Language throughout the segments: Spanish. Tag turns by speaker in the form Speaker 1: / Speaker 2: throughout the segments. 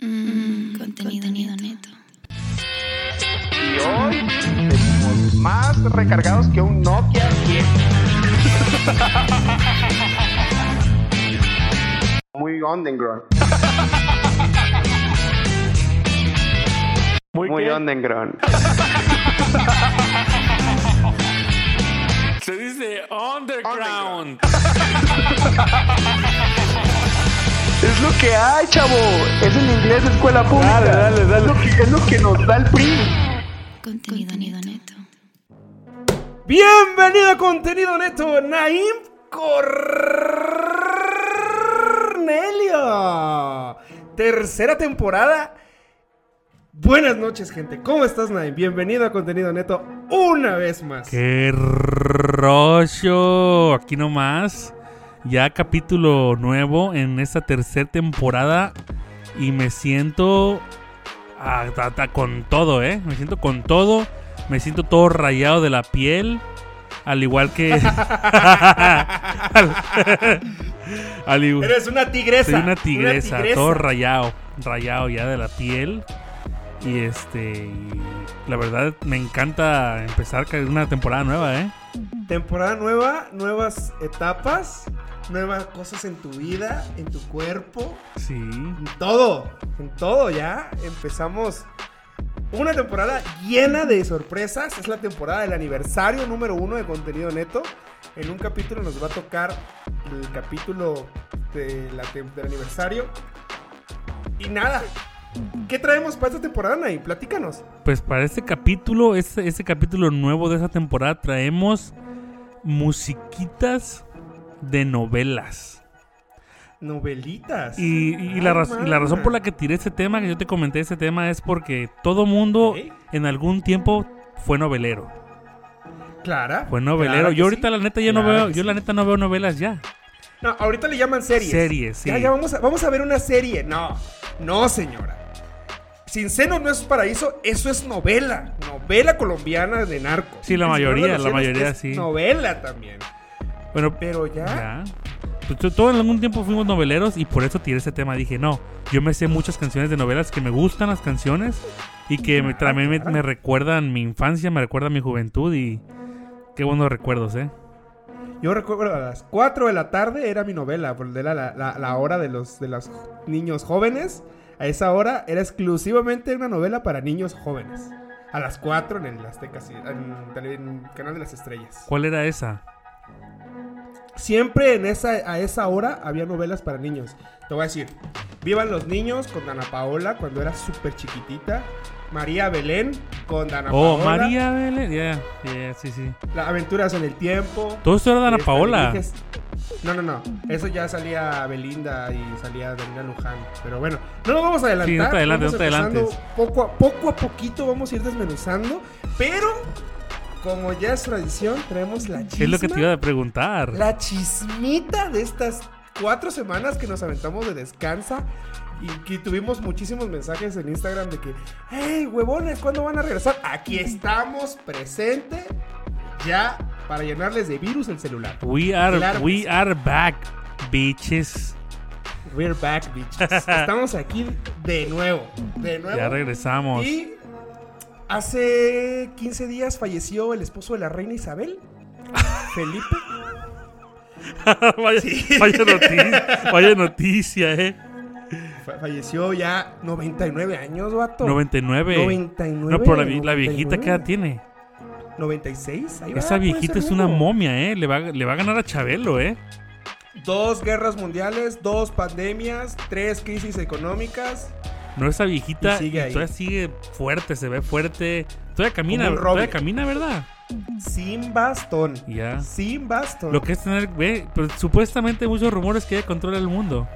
Speaker 1: Mm, Contenido, Contenido neto.
Speaker 2: Y hoy tenemos más recargados que un Nokia 10. Muy underground.
Speaker 3: Muy,
Speaker 2: Muy
Speaker 3: qué?
Speaker 2: underground.
Speaker 3: Se dice underground.
Speaker 2: Es lo que hay, chavo. Es en inglés escuela pública.
Speaker 3: Dale, dale, dale.
Speaker 2: Es lo que, es lo que nos da el PRI.
Speaker 1: Contenido, neto.
Speaker 4: Bienvenido a Contenido Neto, Naim Cornelio. Tercera temporada. Buenas noches, gente. ¿Cómo estás, Naim? Bienvenido a Contenido Neto una vez más.
Speaker 5: ¡Qué rollo! Aquí nomás. Ya capítulo nuevo en esta tercera temporada. Y me siento a- a- a- con todo, ¿eh? Me siento con todo. Me siento todo rayado de la piel. Al igual que. al, al igu-
Speaker 4: Eres una tigresa.
Speaker 5: soy una tigresa, todo rayado, rayado ya de la piel. Y este, y la verdad me encanta empezar ca- una temporada nueva, ¿eh?
Speaker 4: Temporada nueva, nuevas etapas, nuevas cosas en tu vida, en tu cuerpo.
Speaker 5: Sí.
Speaker 4: En todo, en todo ya. Empezamos una temporada llena de sorpresas. Es la temporada del aniversario número uno de contenido neto. En un capítulo nos va a tocar el capítulo de la tem- del aniversario. Y nada. ¿Qué traemos para esta temporada, Nay? Platícanos.
Speaker 5: Pues para este capítulo, este, este capítulo nuevo de esta temporada traemos musiquitas de novelas.
Speaker 4: Novelitas.
Speaker 5: Y, y la,
Speaker 4: Ay,
Speaker 5: raz- y la razón por la que tiré este tema, que yo te comenté este tema, es porque todo mundo
Speaker 4: Ok.
Speaker 5: en algún tiempo fue novelero.
Speaker 4: mana. Clara.
Speaker 5: Fue novelero.
Speaker 4: claro que
Speaker 5: yo ahorita
Speaker 4: sí.
Speaker 5: la neta ya no
Speaker 4: Claro
Speaker 5: veo,
Speaker 4: que
Speaker 5: yo
Speaker 4: sí.
Speaker 5: la neta no veo novelas ya.
Speaker 4: No, ahorita le llaman series.
Speaker 5: Series, sí.
Speaker 4: Ya, ya vamos a, vamos a ver una serie. No, no, señora. Sin senos no es paraíso, eso es novela. Novela colombiana de narcos.
Speaker 5: Sí, la
Speaker 4: El Señor de
Speaker 5: mayoría,
Speaker 4: los
Speaker 5: la
Speaker 4: Cielos
Speaker 5: mayoría,
Speaker 4: es
Speaker 5: sí.
Speaker 4: Novela también.
Speaker 5: Bueno,
Speaker 4: Pero ya.
Speaker 5: ya. Pues, to- Todo en algún tiempo fuimos noveleros y por eso tiré ese tema. Dije, no, yo me sé muchas canciones de novelas que me gustan las canciones y que me- también me, me recuerdan mi infancia, me recuerdan mi juventud y qué buenos recuerdos, ¿eh?
Speaker 4: Yo recuerdo a las 4 de la tarde era mi novela, porque era la, la- la hora de los, de los niños jóvenes. A esa hora era exclusivamente una novela para niños jóvenes. A las 4 en el Azteca, sí, en, tele- en Canal de las Estrellas.
Speaker 5: ¿Cuál era esa?
Speaker 4: Siempre en esa, a esa hora había novelas para niños. Te voy a decir, Vivan los niños con Dana Paola cuando era súper chiquitita. María Belén con Dana
Speaker 5: Oh,
Speaker 4: Paola.
Speaker 5: María Belén. Ya, ya, sí, sí.
Speaker 4: La- Aventuras en el tiempo.
Speaker 5: Todo esto era de Ana
Speaker 4: Este,
Speaker 5: Paola.
Speaker 4: dije- No, no, no. Eso ya salía Belinda y salía Daniela Luján. Pero bueno, no nos vamos a adelantar.
Speaker 5: Sí, no te adelantes,
Speaker 4: vamos
Speaker 5: no te adelantes.
Speaker 4: empezando Poco a, poco a poquito vamos a ir desmenuzando. Pero, como ya es tradición, traemos la chisma.
Speaker 5: Es lo que te iba a preguntar.
Speaker 4: La chismita de estas cuatro semanas que nos aventamos de descansa y que tuvimos muchísimos mensajes en Instagram de que, hey, huevones, ¿cuándo van a regresar? Aquí estamos, presente, ya, para llenarles de virus el celular.
Speaker 5: We are,
Speaker 4: Claro que sí.
Speaker 5: we are back, bitches.
Speaker 4: We're back, bitches. Estamos aquí de nuevo, de nuevo.
Speaker 5: Ya regresamos.
Speaker 4: Y hace 15 días falleció el esposo de la reina Isabel, Felipe.
Speaker 5: vaya, vaya noticia, vaya noticia, eh.
Speaker 4: Fa- Falleció ya 99 años, vato.
Speaker 5: 99.
Speaker 4: 99,
Speaker 5: No, pero la, vi- la
Speaker 4: 99.
Speaker 5: viejita que edad tiene.
Speaker 4: 96. ahí va,
Speaker 5: Esa
Speaker 4: puede
Speaker 5: viejita
Speaker 4: ser
Speaker 5: es una
Speaker 4: nuevo.
Speaker 5: momia, eh. Le va, le va a ganar a Chabelo, eh.
Speaker 4: Dos guerras mundiales, dos pandemias, tres crisis económicas.
Speaker 5: No, esa viejita
Speaker 4: Y sigue ahí.
Speaker 5: todavía sigue fuerte, se ve fuerte. Todavía camina,
Speaker 4: Como un
Speaker 5: todavía
Speaker 4: roble.
Speaker 5: camina, ¿verdad?
Speaker 4: Sin bastón.
Speaker 5: Ya.
Speaker 4: Sin bastón.
Speaker 5: Lo que es tener, ve, pero supuestamente muchos rumores que ella controla el mundo.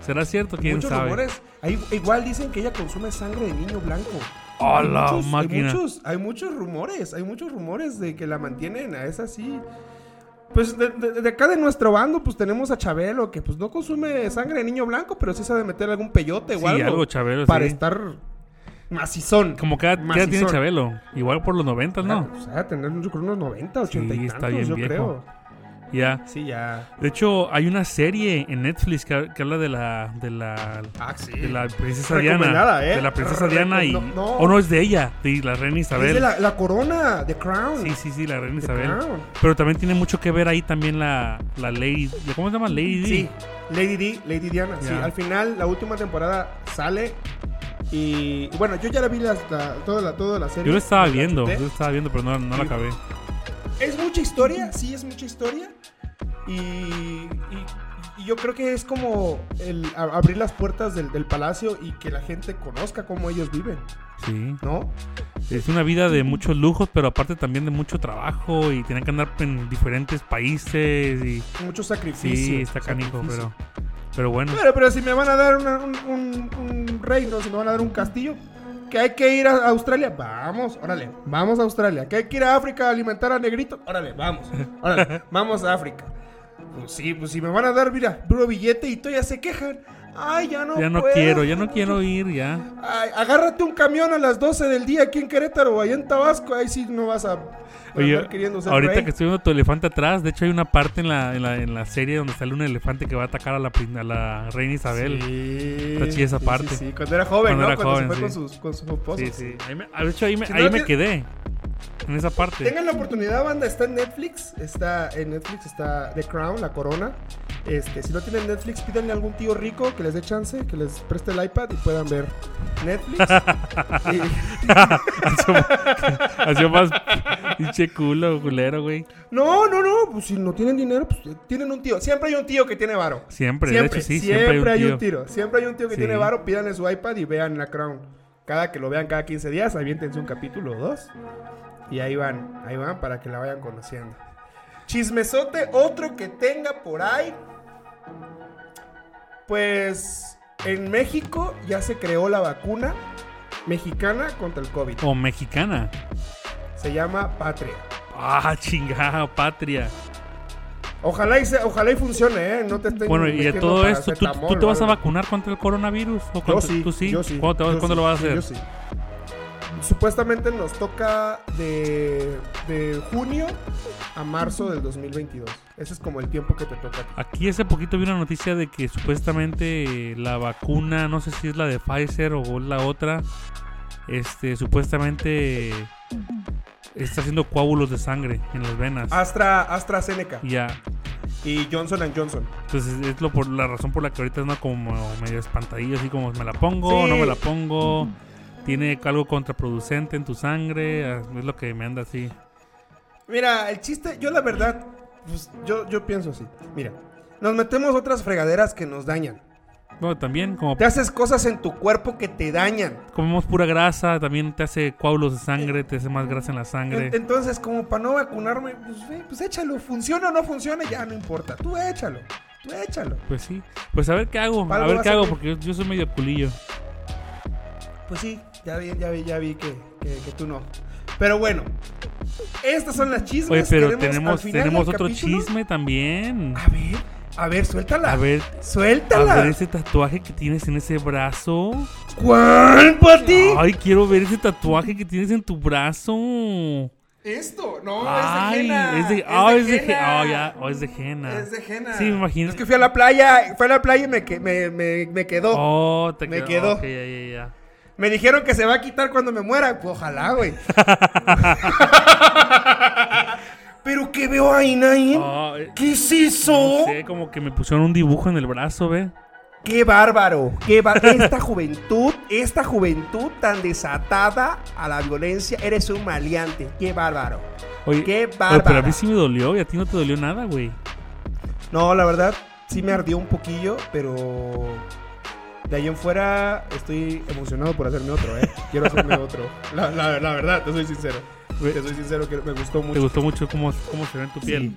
Speaker 5: ¿Será cierto? ¿Quién
Speaker 4: Muchos
Speaker 5: sabe?
Speaker 4: rumores. Ahí- igual dicen que ella consume sangre de niño blanco.
Speaker 5: A
Speaker 4: Hay
Speaker 5: la
Speaker 4: muchos- hay
Speaker 5: máquina.
Speaker 4: muchos, hay muchos rumores. Hay muchos rumores de que la mantienen a esa sí. Pues de, de- de acá de nuestro bando, pues tenemos a Chabelo, que pues no consume sangre de niño blanco, pero sí sabe meter algún peyote
Speaker 5: Sí,
Speaker 4: o algo.
Speaker 5: algo, Chabelo,
Speaker 4: Para
Speaker 5: sí.
Speaker 4: estar macizón.
Speaker 5: Como que ya tiene Chabelo. Igual por los 90, ¿no?
Speaker 4: O sea, tener ah, yo creo, unos 90, 80
Speaker 5: Sí,
Speaker 4: y
Speaker 5: está
Speaker 4: tantos,
Speaker 5: bien
Speaker 4: yo
Speaker 5: viejo.
Speaker 4: creo.
Speaker 5: Ya.
Speaker 4: Sí, ya.
Speaker 5: De hecho, hay una serie en Netflix que, que habla de la, de la
Speaker 4: Ah, sí.
Speaker 5: de la princesa Diana.
Speaker 4: Recomendada, ¿eh?
Speaker 5: De la princesa Diana y.
Speaker 4: Recom- no.
Speaker 5: O no es de ella, de la reina
Speaker 4: Es
Speaker 5: Isabel.
Speaker 4: de la, la corona, The Crown.
Speaker 5: Sí, sí, sí, la reina Isabel.
Speaker 4: Crown.
Speaker 5: Pero también tiene mucho que ver ahí también la, la ley. ¿Cómo se llama? Lady Di.
Speaker 4: Sí, Lady D, Lady Diana. Sí,
Speaker 5: Ya.
Speaker 4: al final la última temporada sale y y bueno, yo ya la vi las- la- toda, la, toda la serie.
Speaker 5: Yo lo estaba
Speaker 4: la
Speaker 5: viendo, yo
Speaker 4: chuté.
Speaker 5: lo estaba viendo, pero no, no la acabé.
Speaker 4: Es mucha historia, sí, es mucha historia. Y, y- y yo creo que es como el a- abrir las puertas del, del palacio y que la gente conozca cómo ellos viven,
Speaker 5: Sí.
Speaker 4: ¿no?
Speaker 5: Es una vida de muchos lujos, pero aparte también de mucho trabajo y tienen que andar en diferentes países y.
Speaker 4: Mucho
Speaker 5: Sí,
Speaker 4: sacrificio.
Speaker 5: está canijo,
Speaker 4: sacrificio.
Speaker 5: pero. Pero bueno.
Speaker 4: Claro, pero si me van a dar una- un, un- un reino, si me van a dar un castillo, que hay que ir a Australia, vamos, órale, vamos a Australia. Que hay que ir a África a alimentar a negritos, órale, vamos, órale, vamos a África. Pues sí, pues si me van a dar, mira, puro billete y todavía se quejan. Ay, ya no
Speaker 5: Ya no
Speaker 4: puedo.
Speaker 5: quiero, ya no quiero ir, ya.
Speaker 4: Ay, agárrate un camión a las 12 del día aquí en Querétaro, allá en Tabasco, ahí sí no vas a
Speaker 5: Oye,
Speaker 4: andar queriendo ser
Speaker 5: ahorita
Speaker 4: rey.
Speaker 5: que estoy viendo tu elefante atrás, de hecho hay una parte en la, en la, en la serie donde sale un elefante que va a atacar a la, prin- a la reina Isabel.
Speaker 4: Sí,
Speaker 5: Está chida esa
Speaker 4: sí,
Speaker 5: parte.
Speaker 4: Sí, sí, cuando era joven,
Speaker 5: Cuando
Speaker 4: ¿no?
Speaker 5: era
Speaker 4: cuando
Speaker 5: joven,
Speaker 4: se fue
Speaker 5: sí.
Speaker 4: con sus con sus esposos.
Speaker 5: Sí, sí. Ahí me- ah, de hecho, ahí me,
Speaker 4: Si no
Speaker 5: ahí
Speaker 4: la
Speaker 5: me
Speaker 4: tien-
Speaker 5: quedé. En esa parte.
Speaker 4: Tengan la oportunidad, banda, está en Netflix, está en Netflix, está The Crown, La Corona. Este, si no tienen Netflix, pídanle a algún tío rico que les dé chance, que les preste el iPad y puedan ver Netflix. Y-
Speaker 5: Hacía más pinche culo, culero, güey.
Speaker 4: No, no, no, pues si no tienen dinero, pues tienen un tío. Siempre hay un tío que tiene varo.
Speaker 5: Siempre, de hecho, sí, siempre hay un
Speaker 4: hay,
Speaker 5: tío.
Speaker 4: un tiro. Siempre hay un tío que
Speaker 5: Sí.
Speaker 4: tiene varo, pídanle su iPad y vean La Crown. Cada que lo vean cada 15 días, aviéntense un capítulo o dos. Y ahí van, ahí van para que la vayan conociendo. Chismesote, otro que tenga por ahí. Pues en México ya se creó la vacuna mexicana contra el COVID.
Speaker 5: O mexicana.
Speaker 4: Se llama Patria.
Speaker 5: Ah, chingada, patria.
Speaker 4: Ojalá y, se- ojalá y funcione, ¿eh? No te estén
Speaker 5: Bueno, y a
Speaker 4: metiendo
Speaker 5: todo esto, ¿tú,
Speaker 4: paracetamol
Speaker 5: tú te
Speaker 4: o
Speaker 5: vas a
Speaker 4: algo.
Speaker 5: vacunar contra el coronavirus? ¿O
Speaker 4: Yo
Speaker 5: contra-
Speaker 4: sí,
Speaker 5: ¿Tú sí?
Speaker 4: Yo sí.
Speaker 5: ¿Cuándo, te vas-
Speaker 4: yo
Speaker 5: cuándo
Speaker 4: sí,
Speaker 5: lo vas a
Speaker 4: sí,
Speaker 5: hacer?
Speaker 4: Yo sí. Supuestamente nos toca de, de junio a marzo del 2022. Ese es como el tiempo que te toca. a ti.
Speaker 5: Aquí hace poquito vi una noticia de que supuestamente la vacuna, no sé si es la de Pfizer o es la otra, este, supuestamente está haciendo coágulos de sangre en las venas.
Speaker 4: Astra, AstraZeneca
Speaker 5: Ya,
Speaker 4: y Johnson Johnson.
Speaker 5: entonces es lo por la razón por la que ahorita anda como medio espantadillo, así como me la pongo,
Speaker 4: Sí.
Speaker 5: no me la pongo, tiene algo contraproducente en tu sangre, ah, es lo que me anda así.
Speaker 4: Mira, el chiste, yo la verdad, pues, yo, yo pienso así. Mira, nos metemos otras fregaderas que nos dañan.
Speaker 5: Bueno, también como
Speaker 4: Te haces cosas en tu cuerpo que te dañan.
Speaker 5: comemos pura grasa, también te hace coágulos de sangre, te hace más grasa en la sangre.
Speaker 4: En- Entonces, como para no vacunarme, pues, ve, pues échalo. Funciona o no funciona, ya no importa. Tú échalo. Tú échalo.
Speaker 5: Pues sí. Pues a ver qué hago.
Speaker 4: Para
Speaker 5: A
Speaker 4: algo
Speaker 5: ver
Speaker 4: vas
Speaker 5: qué
Speaker 4: a
Speaker 5: hago,
Speaker 4: hacer.
Speaker 5: porque yo, yo soy medio culillo.
Speaker 4: Pues sí, ya vi, ya vi, ya vi que, que- que tú no. Pero bueno, estas son las chismes.
Speaker 5: Oye, pero
Speaker 4: Queremos, al
Speaker 5: tenemos,
Speaker 4: final
Speaker 5: tenemos
Speaker 4: del
Speaker 5: otro
Speaker 4: capítulo-
Speaker 5: chisme también.
Speaker 4: A ver, a ver, suéltala.
Speaker 5: A ver, a
Speaker 4: Suéltala.
Speaker 5: ver ese tatuaje que tienes en ese brazo.
Speaker 4: ¿Cuál, Pati?
Speaker 5: Ay, quiero ver ese tatuaje que tienes en tu brazo.
Speaker 4: Esto, no,
Speaker 5: Ay,
Speaker 4: Oh, es de Jena.
Speaker 5: es de, ah, es de,
Speaker 4: Jena.
Speaker 5: Jena. Ah, ya, oh, es de Jena.
Speaker 4: Es de Jena.
Speaker 5: Sí, me imagino.
Speaker 4: Es que fui a la playa, fui a la playa y me, que- me, me, me quedó.
Speaker 5: Oh, te
Speaker 4: Me
Speaker 5: quedó.
Speaker 4: quedó.
Speaker 5: ok, ya, ya, ya.
Speaker 4: Me dijeron que se va a quitar cuando me muera. Pues ojalá, güey. Pero ¿qué veo ahí, Nain?
Speaker 5: Ah, eh,
Speaker 4: ¿Qué es eso?
Speaker 5: no sé, como que me pusieron un dibujo en el brazo, ¿ve?
Speaker 4: ¡Qué bárbaro! ¡Qué ba- esta juventud, esta juventud tan desatada a la violencia, eres un maleante. ¡Qué bárbaro!
Speaker 5: Oye,
Speaker 4: Qué
Speaker 5: oye, pero a
Speaker 4: bárbara.
Speaker 5: mí sí me dolió y a ti no te dolió nada, güey.
Speaker 4: No, la verdad, sí me ardió un poquillo, pero de ahí en fuera estoy emocionado por hacerme otro, ¿eh? Quiero hacerme otro. La, la- la verdad, te soy sincero. Te soy sincero que me gustó
Speaker 5: Te
Speaker 4: mucho.
Speaker 5: gustó mucho cómo, cómo se ve en tu piel.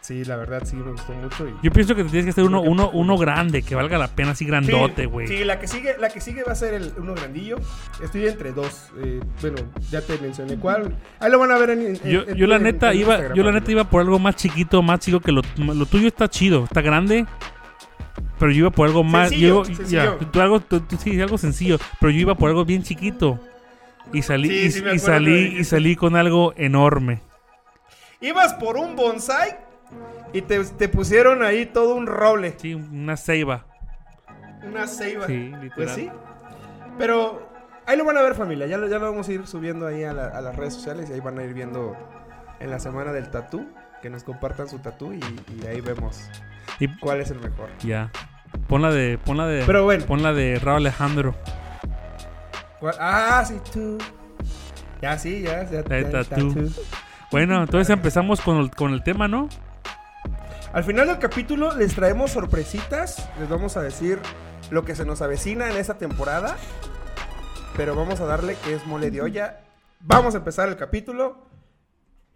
Speaker 4: Sí, la verdad, sí me gustó mucho. y-
Speaker 5: Yo pienso que te tienes que hacer uno, uno, uno grande, que valga la pena, así
Speaker 4: Sí,
Speaker 5: grandote, güey.
Speaker 4: Sí, la que sigue, la que sigue va a ser el uno grandillo. Estoy entre dos. eh, bueno, ya te mencioné cuál. Ahí lo van a ver en, en-
Speaker 5: Yo,
Speaker 4: en-
Speaker 5: yo la
Speaker 4: en-
Speaker 5: neta
Speaker 4: en
Speaker 5: iba,
Speaker 4: Instagram,
Speaker 5: yo la neta
Speaker 4: amigo.
Speaker 5: iba por algo más chiquito, más chico que lo, lo tuyo está chido, está grande, pero yo iba por algo más,
Speaker 4: Sencillo,
Speaker 5: yo, ya,
Speaker 4: sencillo.
Speaker 5: tú- tú algo, tú- tú sí, algo sencillo, pero yo iba por algo bien chiquito y salí,
Speaker 4: Sí,
Speaker 5: y,
Speaker 4: sí me
Speaker 5: y
Speaker 4: acuerdo
Speaker 5: salí,
Speaker 4: de-
Speaker 5: y salí con algo enorme.
Speaker 4: Ibas por un bonsai Y te, te pusieron ahí todo un roble,
Speaker 5: Sí, una ceiba.
Speaker 4: una ceiba.
Speaker 5: Sí, literal.
Speaker 4: Pues sí. Pero ahí lo van a ver, familia. Ya lo, ya lo vamos a ir subiendo ahí a, la- a las redes sociales. Y ahí van a ir viendo en la semana del tatú. Que nos compartan su tatú y, y ahí vemos
Speaker 5: Y
Speaker 4: cuál es el mejor.
Speaker 5: ya. Ponla de. Ponla de.
Speaker 4: Pero bueno.
Speaker 5: Ponla de Raúl Alejandro.
Speaker 4: ¿Cuál? Ah, sí, tú. Ya, sí, ya.
Speaker 5: La
Speaker 4: ya,
Speaker 5: de
Speaker 4: ya,
Speaker 5: tatú.
Speaker 4: tatú.
Speaker 5: Bueno, entonces empezamos con el, con el tema, ¿no?
Speaker 4: Al final del capítulo les traemos sorpresitas, les vamos a decir lo que se nos avecina en esta temporada, pero vamos a darle que es mole de olla. Vamos a empezar el capítulo.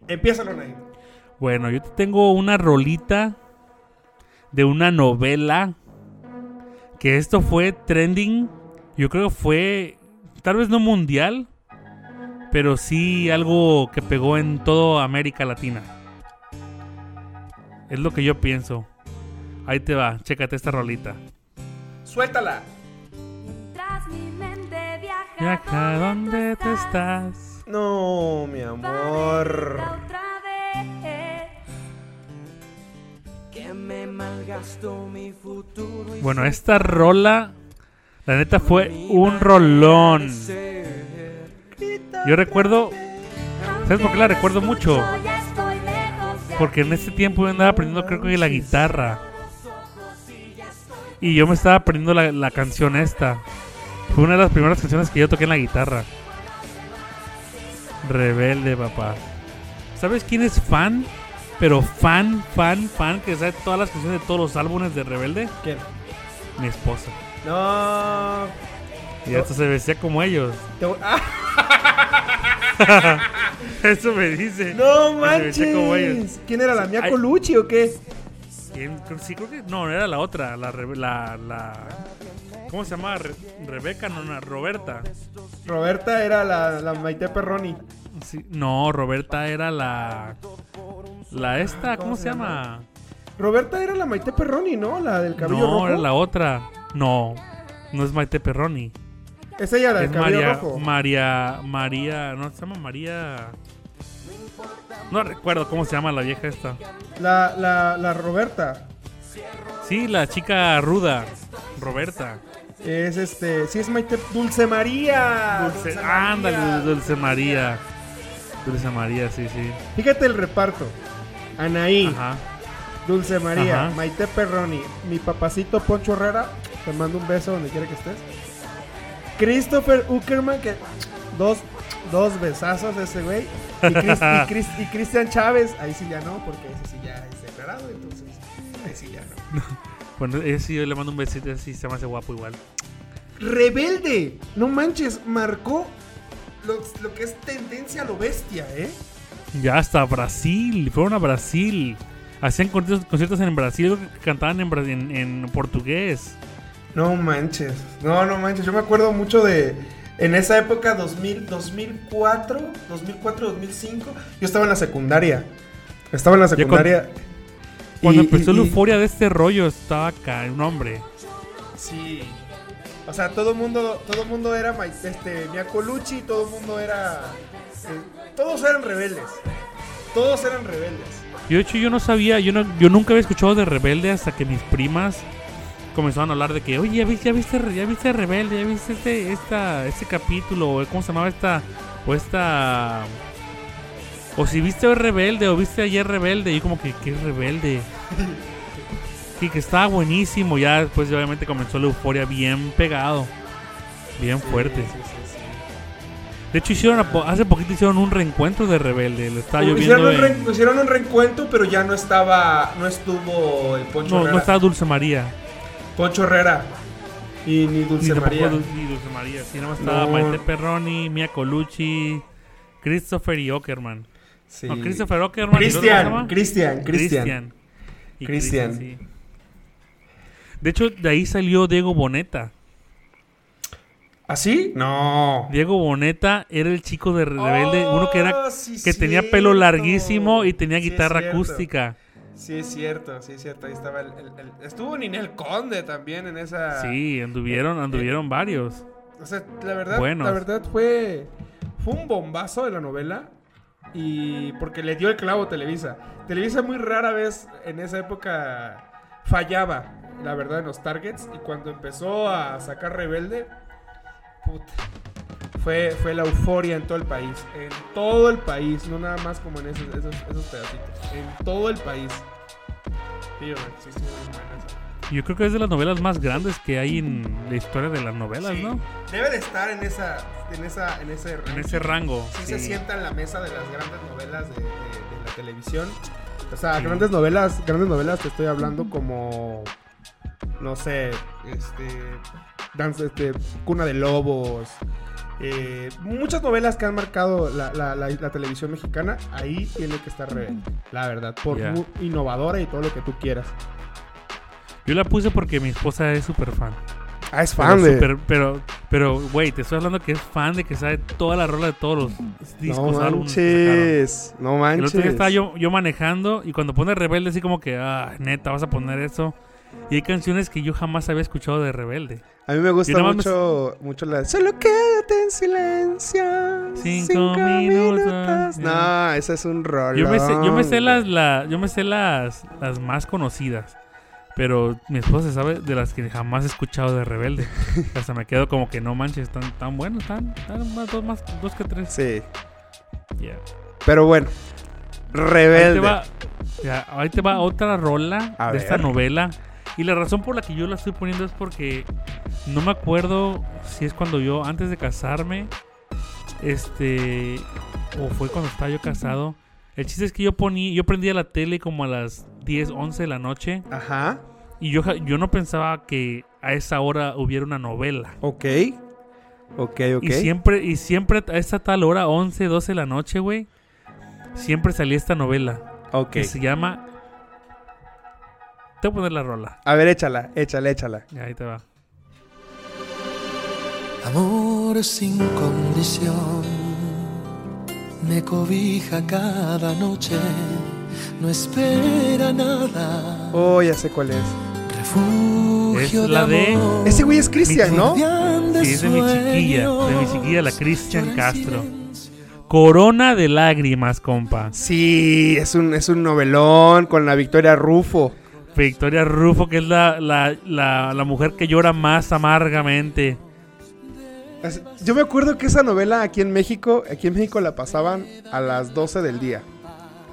Speaker 4: Empiézalo, Nay.
Speaker 5: Bueno, yo te tengo una rolita de una novela. Que esto fue trending. Yo creo que fue. Tal vez no mundial. Pero sí algo que pegó en toda América Latina. Es lo que yo pienso. Ahí te va, chécate esta rolita.
Speaker 4: Suéltala.
Speaker 6: Mientras mi mente viaja,
Speaker 5: Viaja, ¿dónde
Speaker 6: tú
Speaker 5: tú estás?
Speaker 4: No, mi
Speaker 6: La
Speaker 4: amor.
Speaker 6: otra vez.
Speaker 7: Que me malgastó mi futuro y
Speaker 5: Bueno, esta rola, la neta fue un rolón.
Speaker 7: ser.
Speaker 5: Yo recuerdo, ¿sabes por qué la recuerdo mucho?
Speaker 6: Yo ya estoy lejos de
Speaker 5: Porque en ese tiempo yo andaba aprendiendo creo que la guitarra. Y yo me estaba aprendiendo la, la canción esta. Fue una de las primeras canciones que yo toqué en la guitarra. Rebelde, papá. ¿Sabes quién es fan? Pero fan, fan, fan, que sabe todas las canciones de todos los álbumes de Rebelde.
Speaker 4: ¿Quién?
Speaker 5: Mi esposa.
Speaker 4: No.
Speaker 5: Y hasta se vestía como ellos.
Speaker 4: Te voy- ¡Ah!
Speaker 5: Eso me dice.
Speaker 4: no
Speaker 5: Hasta se vestía como ellos.
Speaker 4: manches. ¿Quién era la mía
Speaker 5: Ay.
Speaker 4: Colucci o qué?
Speaker 5: ¿Quién? Creo- Sí, creo que. No, era la otra. La. Rebe- la, la- ¿Cómo se llama? Re- Rebeca, no, no, Roberta.
Speaker 4: Roberta era la, la Maite Perroni.
Speaker 5: Sí, no, Roberta era la. La esta, ¿cómo se llama?
Speaker 4: Roberta era la Maite Perroni, ¿no? La del cabello
Speaker 5: No,
Speaker 4: rojo.
Speaker 5: era la otra. No, no es Maite Perroni.
Speaker 4: Es ella la del
Speaker 5: Es
Speaker 4: cabello
Speaker 5: María.
Speaker 4: rojo.
Speaker 5: María. María. No, se llama María. No recuerdo cómo se llama la vieja esta.
Speaker 4: La, la, la Roberta.
Speaker 5: Sí, la chica ruda. Roberta.
Speaker 4: Es este. Sí, es Maite. Dulce María.
Speaker 5: Dulce,
Speaker 4: María.
Speaker 5: ándale, Dulce María. Dulce María, sí, sí.
Speaker 4: Fíjate el reparto. Anaí,
Speaker 5: Ajá.
Speaker 4: Dulce María,
Speaker 5: Ajá.
Speaker 4: Maite Perroni, mi papacito Poncho Herrera. Te mando un beso donde quiera que estés. Christopher Uckerman, que dos, dos besazos de ese güey. Y, Cris- y Cris- y Cristian Chávez, ahí sí ya no, porque ese sí ya es declarado, entonces ahí sí ya no.
Speaker 5: Bueno, ese sí, yo le mando un besito, ese sí se me hace guapo igual.
Speaker 4: Rebelde, no manches, marcó lo, lo que es tendencia a lo bestia, ¿eh?
Speaker 5: Ya hasta Brasil, fueron a Brasil. Hacían conciertos, conciertos en Brasil, cantaban en, bra- en, en portugués.
Speaker 4: No manches, no, no manches. Yo me acuerdo mucho de. En esa época, 2000, 2004, 2004, 2005. Yo estaba en la secundaria. Estaba en la
Speaker 5: Ya cuando-
Speaker 4: secundaria.
Speaker 5: Cuando
Speaker 4: Y-
Speaker 5: empezó
Speaker 4: y-
Speaker 5: la
Speaker 4: y-
Speaker 5: euforia de este rollo, estaba acá un hombre.
Speaker 4: Sí. O sea, todo el mundo, todo mundo era Ma- este, Mia Colucci, todo el mundo era. eh, todos eran rebeldes. Todos eran rebeldes.
Speaker 5: Yo, de hecho, yo no sabía, yo, no, yo nunca había escuchado de Rebelde hasta que mis primas comenzaron a hablar de que, oye, ya viste, ya viste, Re- ya viste Rebelde, ya viste este, esta, este capítulo, o cómo se llamaba esta, o esta, o si viste hoy Rebelde, o viste ayer Rebelde, y yo como que, ¿qué es Rebelde? Y que estaba buenísimo, ya después obviamente comenzó la euforia bien pegado, bien fuerte. De hecho, hicieron, a po- hace poquito hicieron un reencuentro de Rebelde, lo estaba yo
Speaker 4: hicieron,
Speaker 5: viendo
Speaker 4: un
Speaker 5: en...
Speaker 4: re- hicieron un reencuentro, pero ya no estaba. No estuvo el Poncho
Speaker 5: No,
Speaker 4: Herrera.
Speaker 5: no estaba Dulce María.
Speaker 4: Poncho Herrera. Y ni Dulce
Speaker 5: ni tampoco
Speaker 4: María.
Speaker 5: Dul- ni Dulce María. Sí, nada más estaba
Speaker 4: No.
Speaker 5: Maite Perroni, Mia Colucci, Christopher y Ockerman.
Speaker 4: Sí.
Speaker 5: No, Christopher Ockerman. ¿y el otro cómo se
Speaker 4: Cristian,
Speaker 5: llama?
Speaker 4: Cristian, Cristian.
Speaker 5: Cristian. Y
Speaker 4: Cristian.
Speaker 5: Cristian, sí. De hecho, de ahí salió Diego Boneta.
Speaker 4: ¿Así? ¿Ah, No.
Speaker 5: Diego Boneta era el chico de Re- Rebelde, uno que era
Speaker 4: Oh, sí,
Speaker 5: que tenía pelo
Speaker 4: cierto.
Speaker 5: larguísimo y tenía
Speaker 4: Sí, es
Speaker 5: guitarra
Speaker 4: cierto.
Speaker 5: acústica.
Speaker 4: Sí, es cierto, sí, es cierto. Ahí estaba el, el- el- Estuvo Ninel Conde también en esa.
Speaker 5: Sí, anduvieron, anduvieron varios.
Speaker 4: O sea, la verdad,
Speaker 5: Buenos.
Speaker 4: la verdad fue. Fue un bombazo de la novela.
Speaker 8: Y porque le dio el clavo Televisa. Televisa muy rara vez en esa época fallaba, la verdad, en los targets. Y cuando empezó a sacar Rebelde, puta, fue, fue la euforia en todo el país. En todo el país, no nada más como en esos, esos, esos pedacitos. En todo el país. Tío, sí, estuvo bien buena esa.
Speaker 5: Yo creo que es de las novelas más grandes que hay en la historia de las novelas,
Speaker 8: Sí,
Speaker 5: ¿no?
Speaker 8: Debe de estar en esa, en esa, en ese
Speaker 5: En ese rango.
Speaker 8: sí, se
Speaker 5: sí.
Speaker 8: sienta en la mesa de las grandes novelas de, de- de la televisión. O sea, grandes novelas, grandes novelas te estoy hablando como no sé, este, Danza- este, Cuna de Lobos. eh, muchas novelas que han marcado la, la- la- la televisión mexicana, ahí tiene que estar Rebelde, la verdad, por
Speaker 5: Ya.
Speaker 8: muy innovadora y todo lo que tú quieras.
Speaker 5: Yo la puse porque mi esposa es súper fan.
Speaker 8: Ah, es
Speaker 5: Pero súper- pero, pero, güey, te estoy hablando que es fan de que sabe toda la rola de todos los discos, álbumes que sacaron.
Speaker 8: no
Speaker 5: El
Speaker 8: manches.
Speaker 5: otro día estaba yo, yo manejando y cuando pone Rebelde así como que, ah, neta, vas a poner eso. Y hay canciones que yo jamás había escuchado de Rebelde.
Speaker 4: A mí me gusta
Speaker 5: nada más me-
Speaker 4: mucho, mucho la... Solo quédate en silencio.
Speaker 5: Cinco minutos.
Speaker 4: No, ese es un rol.
Speaker 5: Yo me sé, yo me sé las, la- yo me sé las, las más conocidas. Pero mi esposa sabe de las que jamás he escuchado de Rebelde. Hasta me quedo como que no manches, tan, tan buenos, tan, tan más, dos, más, dos que tres.
Speaker 4: Sí.
Speaker 5: Yeah.
Speaker 4: Pero bueno.
Speaker 5: Ahí te
Speaker 4: Rebelde.
Speaker 5: va, ya, ahí te va otra rola
Speaker 4: A
Speaker 5: de esta
Speaker 4: ver.
Speaker 5: novela. Y la razón por la que yo la estoy poniendo es porque no me acuerdo si es cuando yo, antes de casarme, este, o fue cuando estaba yo casado. El chiste es que yo ponía, yo prendía la tele como a las 10, 11 de la noche.
Speaker 4: Ajá.
Speaker 5: Y yo, ja- yo no pensaba que a esa hora hubiera una novela.
Speaker 4: Ok. Ok, ok.
Speaker 5: Y siempre, y siempre a esta tal hora, 11, 12 de la noche, güey, siempre salía esta novela
Speaker 4: Ok.
Speaker 5: que se llama. Te voy a poner la rola.
Speaker 4: A ver, échala, échala, échala.
Speaker 5: Ya, Ahí te va.
Speaker 9: Amor sin condición me cobija cada noche, no espera nada.
Speaker 4: Oh, ya sé cuál es.
Speaker 9: Refugio
Speaker 5: Es la de-
Speaker 9: amor,
Speaker 4: Ese güey es Cristian, ¿no?
Speaker 9: guardián de
Speaker 5: Sí, es de mi chiquilla, de mi
Speaker 9: sueños.
Speaker 5: chiquilla, la Cristian
Speaker 9: Llora en
Speaker 5: Castro.
Speaker 9: silencio.
Speaker 5: Corona de lágrimas, compa.
Speaker 4: Sí, es un, es un novelón con la Victoria Rufo.
Speaker 5: Victoria Rufo, que es la, la, la, la mujer que llora más amargamente.
Speaker 4: Así- Yo me acuerdo que esa novela aquí en México, aquí en México la pasaban a las 12 del día.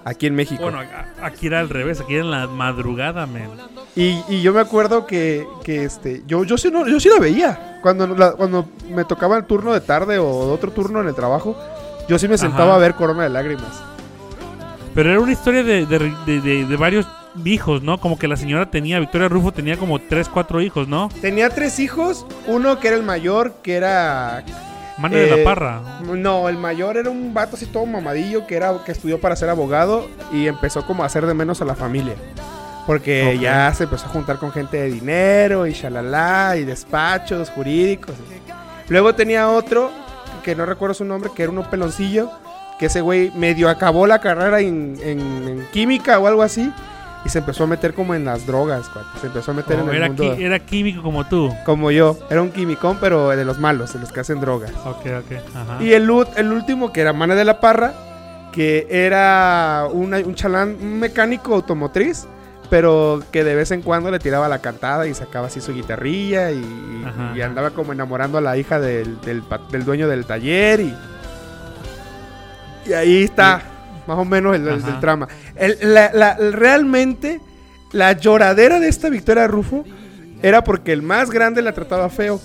Speaker 4: Aquí en México.
Speaker 5: Bueno, a- aquí era al revés, aquí era en la madrugada, men.
Speaker 4: Y, y yo me acuerdo que, que este, yo, yo, sí, no, yo sí la veía. Cuando, la- cuando me tocaba el turno de tarde o otro turno en el trabajo, yo sí me sentaba
Speaker 5: Ajá.
Speaker 4: a ver Corona de Lágrimas.
Speaker 5: Pero era una historia de, de, de- de- de varios hijos, ¿no? Como que la señora tenía, Victoria Rufo tenía como 3, 4 hijos, ¿no?
Speaker 4: Tenía tres hijos, uno que era el mayor, que era...
Speaker 5: Mano de Ah, la
Speaker 4: eh,
Speaker 5: Parra.
Speaker 4: No, el mayor era un vato así todo mamadillo que, era, que estudió para ser abogado y empezó como a hacer de menos a la familia. Porque
Speaker 5: Ok.
Speaker 4: ya se empezó a juntar con gente de dinero y shalala y despachos jurídicos. Luego tenía otro, que no recuerdo su nombre, que era un peloncillo, que ese güey medio acabó la carrera en, en- en química o algo así y se empezó a meter como en las drogas, cuate. se empezó a meter en
Speaker 5: Oh,
Speaker 4: el
Speaker 5: era,
Speaker 4: mundo
Speaker 5: qui- era químico como tú.
Speaker 4: como yo. Era un quimicón, pero de los malos, de los que hacen drogas.
Speaker 5: Ok, ok. Ajá.
Speaker 4: Y el, ult- el último, que era Mane de la Parra, que era una- un chalán, un mecánico automotriz, pero que de vez en cuando le tiraba la cantada y sacaba así su guitarrilla y, y-
Speaker 5: Ajá,
Speaker 4: y
Speaker 5: ajá.
Speaker 4: andaba como enamorando a la hija del, del pa- del dueño del taller y... Y ahí está, más o menos el, el-
Speaker 5: Ajá.
Speaker 4: el trama. El- la- la- realmente, la lloradera de esta Victoria Rufo era porque el más grande la trataba feo.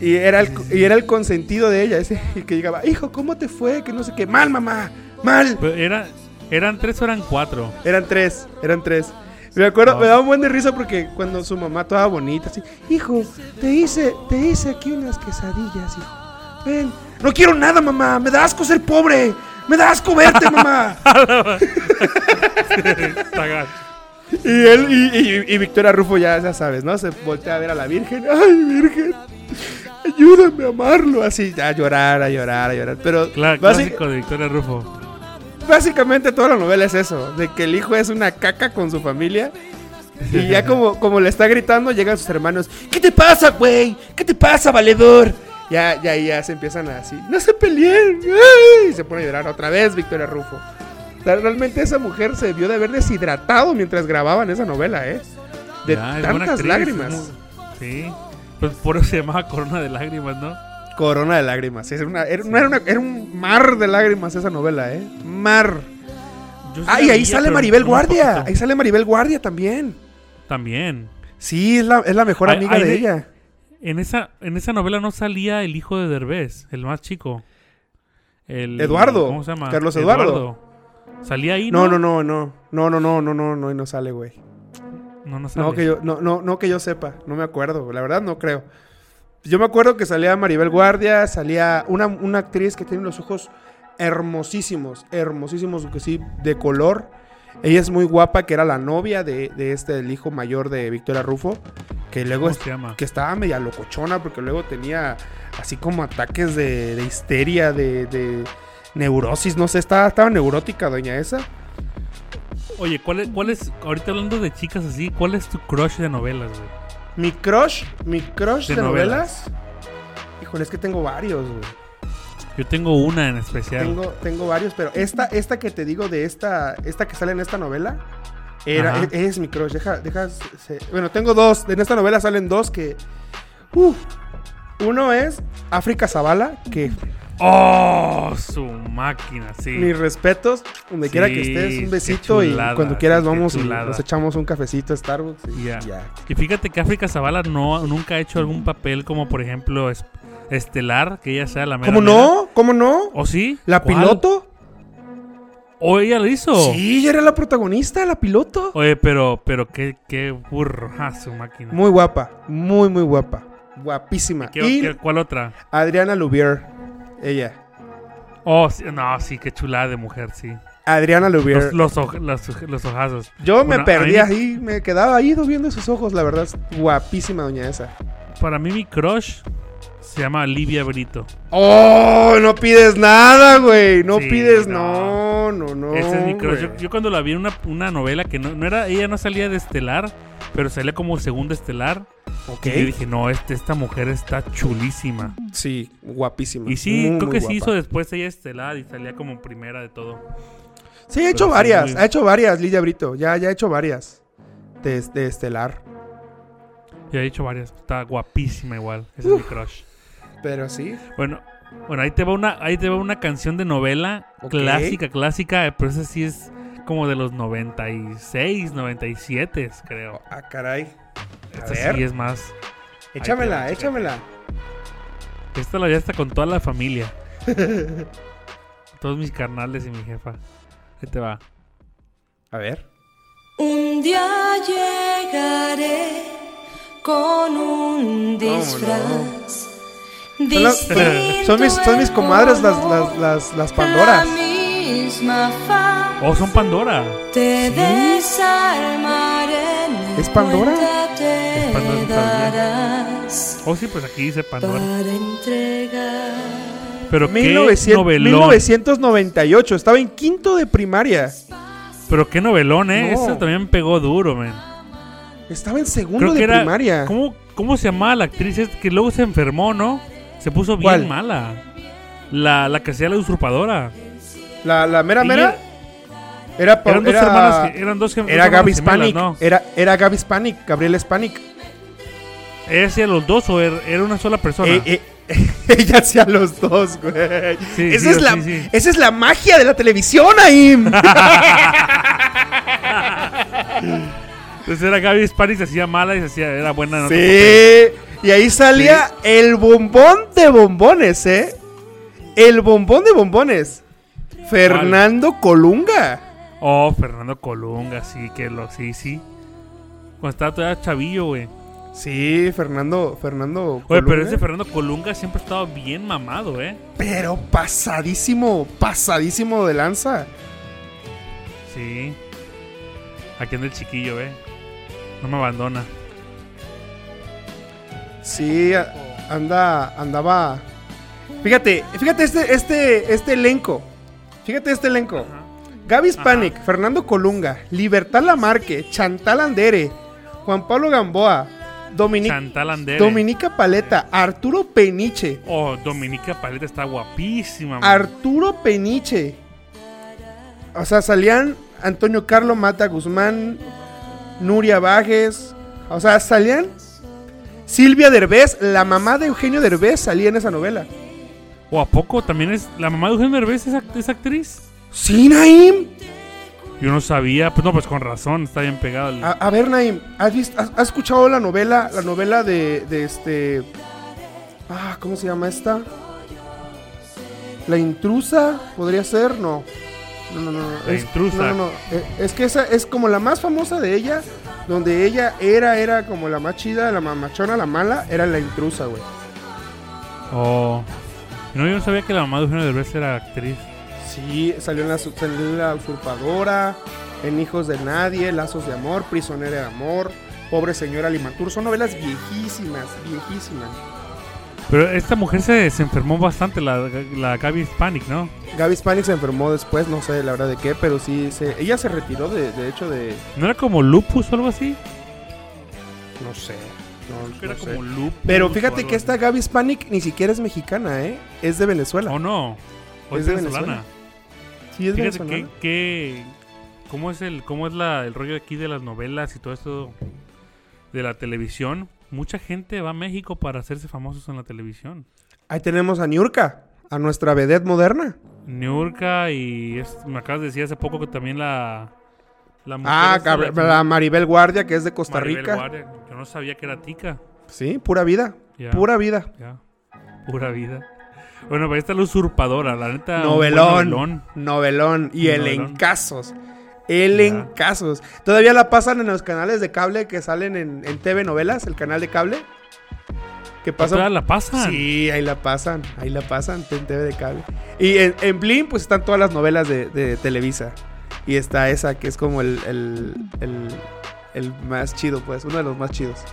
Speaker 4: Y era el, y era el consentido de ella, ese y que llegaba, hijo, ¿cómo te fue? Que no sé qué, mal, mamá, mal.
Speaker 5: Pero era, eran tres o eran cuatro.
Speaker 4: Eran tres, eran tres. Me acuerdo,
Speaker 5: No.
Speaker 4: me daba un buen de risa porque cuando su mamá toda bonita, así, hijo, te hice, te hice aquí unas quesadillas, hijo. Ven, no quiero nada, mamá, me da asco ser pobre, me da asco verte, mamá.
Speaker 5: Está gacho.
Speaker 4: Y él y, y- y Victoria Rufo ya, ya sabes, ¿no? Se voltea a ver a la Virgen. ¡Ay, Virgen! Ayúdame a amarlo. Así, a llorar, a llorar, a llorar. Pero
Speaker 5: Cla-
Speaker 4: básic-
Speaker 5: clásico de Victoria Rufo.
Speaker 4: básicamente toda la novela es eso: de que el hijo es una caca con su familia. Y ya como, como le está gritando, llegan sus hermanos: ¿Qué te pasa, güey? ¿Qué te pasa, valedor? Ya, ya, ya se empiezan a así. ¡No se peleen! ¡ay! Y se pone a llorar otra vez Victoria Rufo. O sea, realmente esa mujer se debió de haber deshidratado mientras grababan esa novela, ¿eh? De
Speaker 5: Ya, es buena
Speaker 4: tantas
Speaker 5: actriz, es
Speaker 4: lágrimas.
Speaker 5: muy- Sí. Pues por eso se llamaba Corona de Lágrimas, ¿no?
Speaker 4: Corona de lágrimas. Era, una- era- no era, una- era un mar de lágrimas esa novela, ¿eh? Mar.
Speaker 5: Yo sí la
Speaker 4: ¡Ay, Ah, ahí
Speaker 5: veía,
Speaker 4: sale
Speaker 5: Pues pero
Speaker 4: Maribel
Speaker 5: no
Speaker 4: Guardia!
Speaker 5: poquito.
Speaker 4: Ahí sale Maribel Guardia también.
Speaker 5: También.
Speaker 4: Sí, es la, es la mejor
Speaker 5: Ay,
Speaker 4: amiga
Speaker 5: ay,
Speaker 4: de
Speaker 5: de-
Speaker 4: ella.
Speaker 5: En esa, en esa novela no salía el hijo de Derbez, el más chico. El,
Speaker 4: Eduardo,
Speaker 5: ¿Cómo se llama?
Speaker 4: Carlos Eduardo.
Speaker 5: Salía ahí,
Speaker 4: No,
Speaker 5: ¿no?
Speaker 4: no, no, no. No, no, no, no, no, no, y no sale, güey.
Speaker 5: No, no
Speaker 4: No
Speaker 5: sale.
Speaker 4: que yo, no, no, no que yo sepa, no me acuerdo, la verdad no creo. Yo me acuerdo que salía Maribel Guardia, salía una, una actriz que tiene los ojos hermosísimos, hermosísimos, que sí, de color. Ella es muy guapa, que era la novia de, de este, del hijo mayor de Victoria Rufo, que luego
Speaker 5: ¿Cómo
Speaker 4: es-
Speaker 5: se llama?
Speaker 4: que estaba media locochona, porque luego tenía así como ataques de, de histeria, de, de neurosis, no sé, estaba, estaba neurótica doña esa.
Speaker 5: Oye, ¿cuál es, cuál es, ahorita hablando de chicas así, ¿cuál es tu crush de novelas, güey?
Speaker 4: Mi crush, mi crush de,
Speaker 5: De
Speaker 4: novelas. Híjole, es que tengo varios, güey.
Speaker 5: Yo tengo una en especial.
Speaker 4: Tengo, tengo varios, pero esta, esta que te digo de esta, esta que sale en esta novela, era,
Speaker 5: Ajá.
Speaker 4: es, es mi crush. Deja, deja, se- bueno, tengo dos. En esta novela salen dos que. uf. uno es África Zavala, que
Speaker 5: ¡Oh! Su máquina, sí.
Speaker 4: mis respetos, donde quiera que
Speaker 5: Sí,
Speaker 4: estés, un
Speaker 5: qué
Speaker 4: besito y
Speaker 5: chulada,
Speaker 4: cuando quieras
Speaker 5: qué
Speaker 4: vamos y
Speaker 5: chulada.
Speaker 4: nos echamos un cafecito a Starbucks. Y
Speaker 5: Ya.
Speaker 4: ya.
Speaker 5: Y fíjate que África Zavala no, nunca ha hecho algún papel como, por ejemplo, es- Estelar, que ella sea la mera
Speaker 4: ¿Cómo
Speaker 5: mera.
Speaker 4: no? ¿Cómo no?
Speaker 5: ¿O sí?
Speaker 4: ¿La
Speaker 5: ¿Cuál?
Speaker 4: piloto?
Speaker 5: ¿O ella lo hizo?
Speaker 4: Sí, ella era la protagonista, la piloto.
Speaker 5: Oye, pero, pero qué, qué burro, ah, su máquina.
Speaker 4: Muy guapa, muy, muy guapa. Guapísima.
Speaker 5: ¿Qué-
Speaker 4: Y
Speaker 5: qué- ¿Cuál otra?
Speaker 4: Adriana Lubier, ella.
Speaker 5: Oh, sí, no, sí, qué chulada de mujer, sí.
Speaker 4: Adriana Lubier.
Speaker 5: Los, los, oj- los, oj- los ojazos.
Speaker 4: Yo me
Speaker 5: Bueno,
Speaker 4: perdí
Speaker 5: a mí-
Speaker 4: ahí, me quedaba ahí viendo sus ojos, la verdad. es Guapísima doña esa.
Speaker 5: Para mí mi crush se llama Livia Brito.
Speaker 4: ¡Oh! No pides nada, güey. No
Speaker 5: Sí,
Speaker 4: pides, no,
Speaker 5: no.
Speaker 4: no, no.
Speaker 5: Ese es mi crush. Yo,
Speaker 4: güey.
Speaker 5: yo cuando la vi en una, una novela que no, no era, ella no salía de estelar, pero salía como segunda estelar.
Speaker 4: Ok.
Speaker 5: Y yo dije, no, este, esta mujer está chulísima.
Speaker 4: Sí, guapísima.
Speaker 5: Y sí,
Speaker 4: Muy,
Speaker 5: creo
Speaker 4: muy
Speaker 5: que sí
Speaker 4: guapa.
Speaker 5: hizo después ella estelar y salía como primera de todo.
Speaker 4: Sí, ha hecho
Speaker 5: Pero sí,
Speaker 4: varias,
Speaker 5: muy-
Speaker 4: ha hecho varias, Lidia Brito. Ya, ya ha hecho varias. De, de Estelar.
Speaker 5: Ya he dicho varias, está guapísima igual. Ese es mi crush.
Speaker 4: Pero sí.
Speaker 5: Bueno, bueno, ahí te va una, ahí te va una canción de novela
Speaker 4: Ok.
Speaker 5: clásica, clásica, eh, pero esa sí es como de los 96, 97, creo.
Speaker 4: Ah, caray. A
Speaker 5: Esta
Speaker 4: ver.
Speaker 5: sí es más. Ahí
Speaker 4: Échamela,
Speaker 5: te va,
Speaker 4: échamela.
Speaker 5: Esta la ya está con toda la familia. Todos mis carnales y mi jefa. Ahí te va.
Speaker 4: A ver.
Speaker 6: Un día llegaré con un disfraz.
Speaker 4: Son, las- son mis, son mis comadres las, las, las, las Pandoras.
Speaker 6: misma
Speaker 5: Oh, son Pandora.
Speaker 6: Te desarmaré. ni
Speaker 4: ¿Es Pandora?
Speaker 6: cuenta te
Speaker 5: Es Pandora, no sabía.
Speaker 6: darás
Speaker 5: Oh, sí, pues aquí dice Pandora.
Speaker 6: para entregar.
Speaker 5: Pero qué
Speaker 4: 1900
Speaker 5: novelón.
Speaker 4: 1998, estaba en quinto de primaria.
Speaker 5: Pero qué novelón, eh.
Speaker 4: No.
Speaker 5: Esta también pegó duro, man.
Speaker 4: Estaba en segundo
Speaker 5: Creo
Speaker 4: de
Speaker 5: que era.
Speaker 4: primaria.
Speaker 5: ¿cómo, ¿Cómo se llamaba la actriz esta que luego se enfermó, no? Se puso bien
Speaker 4: ¿Cuál?
Speaker 5: mala. La, la que hacía la usurpadora.
Speaker 4: La, la mera
Speaker 5: Ella-
Speaker 4: mera era, pa-
Speaker 5: eran dos
Speaker 4: Oh, era-
Speaker 5: hermanas. que- Eran dos gem-
Speaker 4: era
Speaker 5: dos
Speaker 4: Gaby
Speaker 5: hermanas gemelas,
Speaker 4: Hispanic. Era, era Gaby Hispanic, Gabriel Hispanic.
Speaker 5: ¿no? ¿Ella hacía los dos o er, era, era una sola persona?
Speaker 4: Eh, eh, ella hacía los dos, güey.
Speaker 5: Sí,
Speaker 4: esa,
Speaker 5: sí,
Speaker 4: es
Speaker 5: sí,
Speaker 4: la,
Speaker 5: sí.
Speaker 4: esa es la magia de la televisión, Aim.
Speaker 5: Entonces era Gaby Hispanic, se hacía mala y se hacía. Era buena. en otro papel.
Speaker 4: Sí. Y ahí salía el bombón de bombones, ¿eh? El bombón de bombones. Fernando Colunga.
Speaker 5: Oh, Fernando Colunga, sí, que lo. Sí, sí. Cuando estaba todavía chavillo, güey.
Speaker 4: Sí, Fernando, Fernando
Speaker 5: Oye, pero
Speaker 4: Colunga.
Speaker 5: ese Fernando Colunga siempre ha estado bien mamado, eh.
Speaker 4: Pero pasadísimo, pasadísimo de lanza.
Speaker 5: Sí. Aquí anda el chiquillo, eh. No me abandona.
Speaker 4: Sí, a- anda, andaba. Fíjate, fíjate este, este, este elenco. Fíjate este elenco. Gaby Hispanic, Fernando Colunga, Libertad Lamarque, Chantal Andere, Juan Pablo Gamboa, Dominic-
Speaker 5: Chantal Andere.
Speaker 4: Dominica Paleta, Arturo Peniche,
Speaker 5: Oh, Dominica Paleta está guapísima. man.
Speaker 4: Arturo Peniche. O sea, salían Antonio Carlos Mata Guzmán, Nuria Bajes. O sea, salían Silvia Derbez, la mamá de Eugenio Derbez salía en esa novela.
Speaker 5: ¿O a poco también es la mamá de Eugenio Derbez es, act- es actriz?
Speaker 4: Sí, Naim.
Speaker 5: Yo no sabía. Pues no, pues con razón. Está bien pegado. el-
Speaker 4: A, a ver, Naim, ¿has, vis- has- has escuchado la novela, la novela de, de este... Ah, ¿cómo se llama esta? La intrusa, podría ser, no. No, no, no. no.
Speaker 5: La
Speaker 4: es,
Speaker 5: intrusa.
Speaker 4: No, no, no. Eh, Es que esa es como la más famosa de ella, donde ella era, era como la más chida, la mamachona, la mala, era la intrusa, güey.
Speaker 5: Oh. No, yo no sabía que la mamá de Eugenio Derbez era actriz.
Speaker 4: Sí, salió en la, su- salió en la usurpadora, en Hijos de Nadie, Lazos de Amor, Prisionera de Amor, Pobre Señora Limantur. Son novelas viejísimas, viejísimas.
Speaker 5: Pero esta mujer se, se enfermó bastante, la, la Gaby Hispanic, ¿no?
Speaker 4: Gaby Spanik se enfermó después, no sé la verdad de qué, pero sí, se, ella se retiró de, de hecho de...
Speaker 5: ¿No era como lupus o algo así?
Speaker 4: No sé, no,
Speaker 5: Era
Speaker 4: no sé.
Speaker 5: como lupus.
Speaker 4: Pero
Speaker 5: o
Speaker 4: fíjate
Speaker 5: algo así.
Speaker 4: que esta Gaby Spanik ni siquiera es mexicana, ¿eh? Es de Venezuela.
Speaker 5: Oh, no. O
Speaker 4: Es
Speaker 5: es
Speaker 4: de
Speaker 5: venezolana.
Speaker 4: sí, es
Speaker 5: Fíjate que,
Speaker 4: venezolana.
Speaker 5: que- ¿Cómo es, el, cómo es la, el rollo aquí de las novelas y todo esto de la televisión? Mucha gente va a México para hacerse famosos en la televisión.
Speaker 4: Ahí tenemos a Niurka, a nuestra vedette moderna.
Speaker 5: Niurka y es- me acabas de decir hace poco que también la... la mujer
Speaker 4: Ah,
Speaker 5: esta,
Speaker 4: Gabri- la Maribel Guardia, que es de Costa
Speaker 5: Maribel
Speaker 4: Rica.
Speaker 5: Guardia. Yo no sabía que era tica.
Speaker 4: Sí, pura vida.
Speaker 5: Ya.
Speaker 4: Pura vida.
Speaker 5: Ya. Pura vida. Bueno, pero esta es la usurpadora, la neta. un buen
Speaker 4: Novelón,
Speaker 5: novelón.
Speaker 4: novelón. Y el
Speaker 5: Novelón.
Speaker 4: en casos. El
Speaker 5: Ya.
Speaker 4: en casos. Todavía la pasan en los canales de cable que salen en, en TV Novelas, el canal de cable. Que
Speaker 5: Todavía
Speaker 4: pasan.
Speaker 5: la pasan.
Speaker 4: Sí, ahí la pasan. Ahí la pasan en TV de cable. Y en, en Blim, pues están todas las novelas de, de Televisa. Y está esa que es como el, el, el- el más chido, pues. Uno de los más chidos.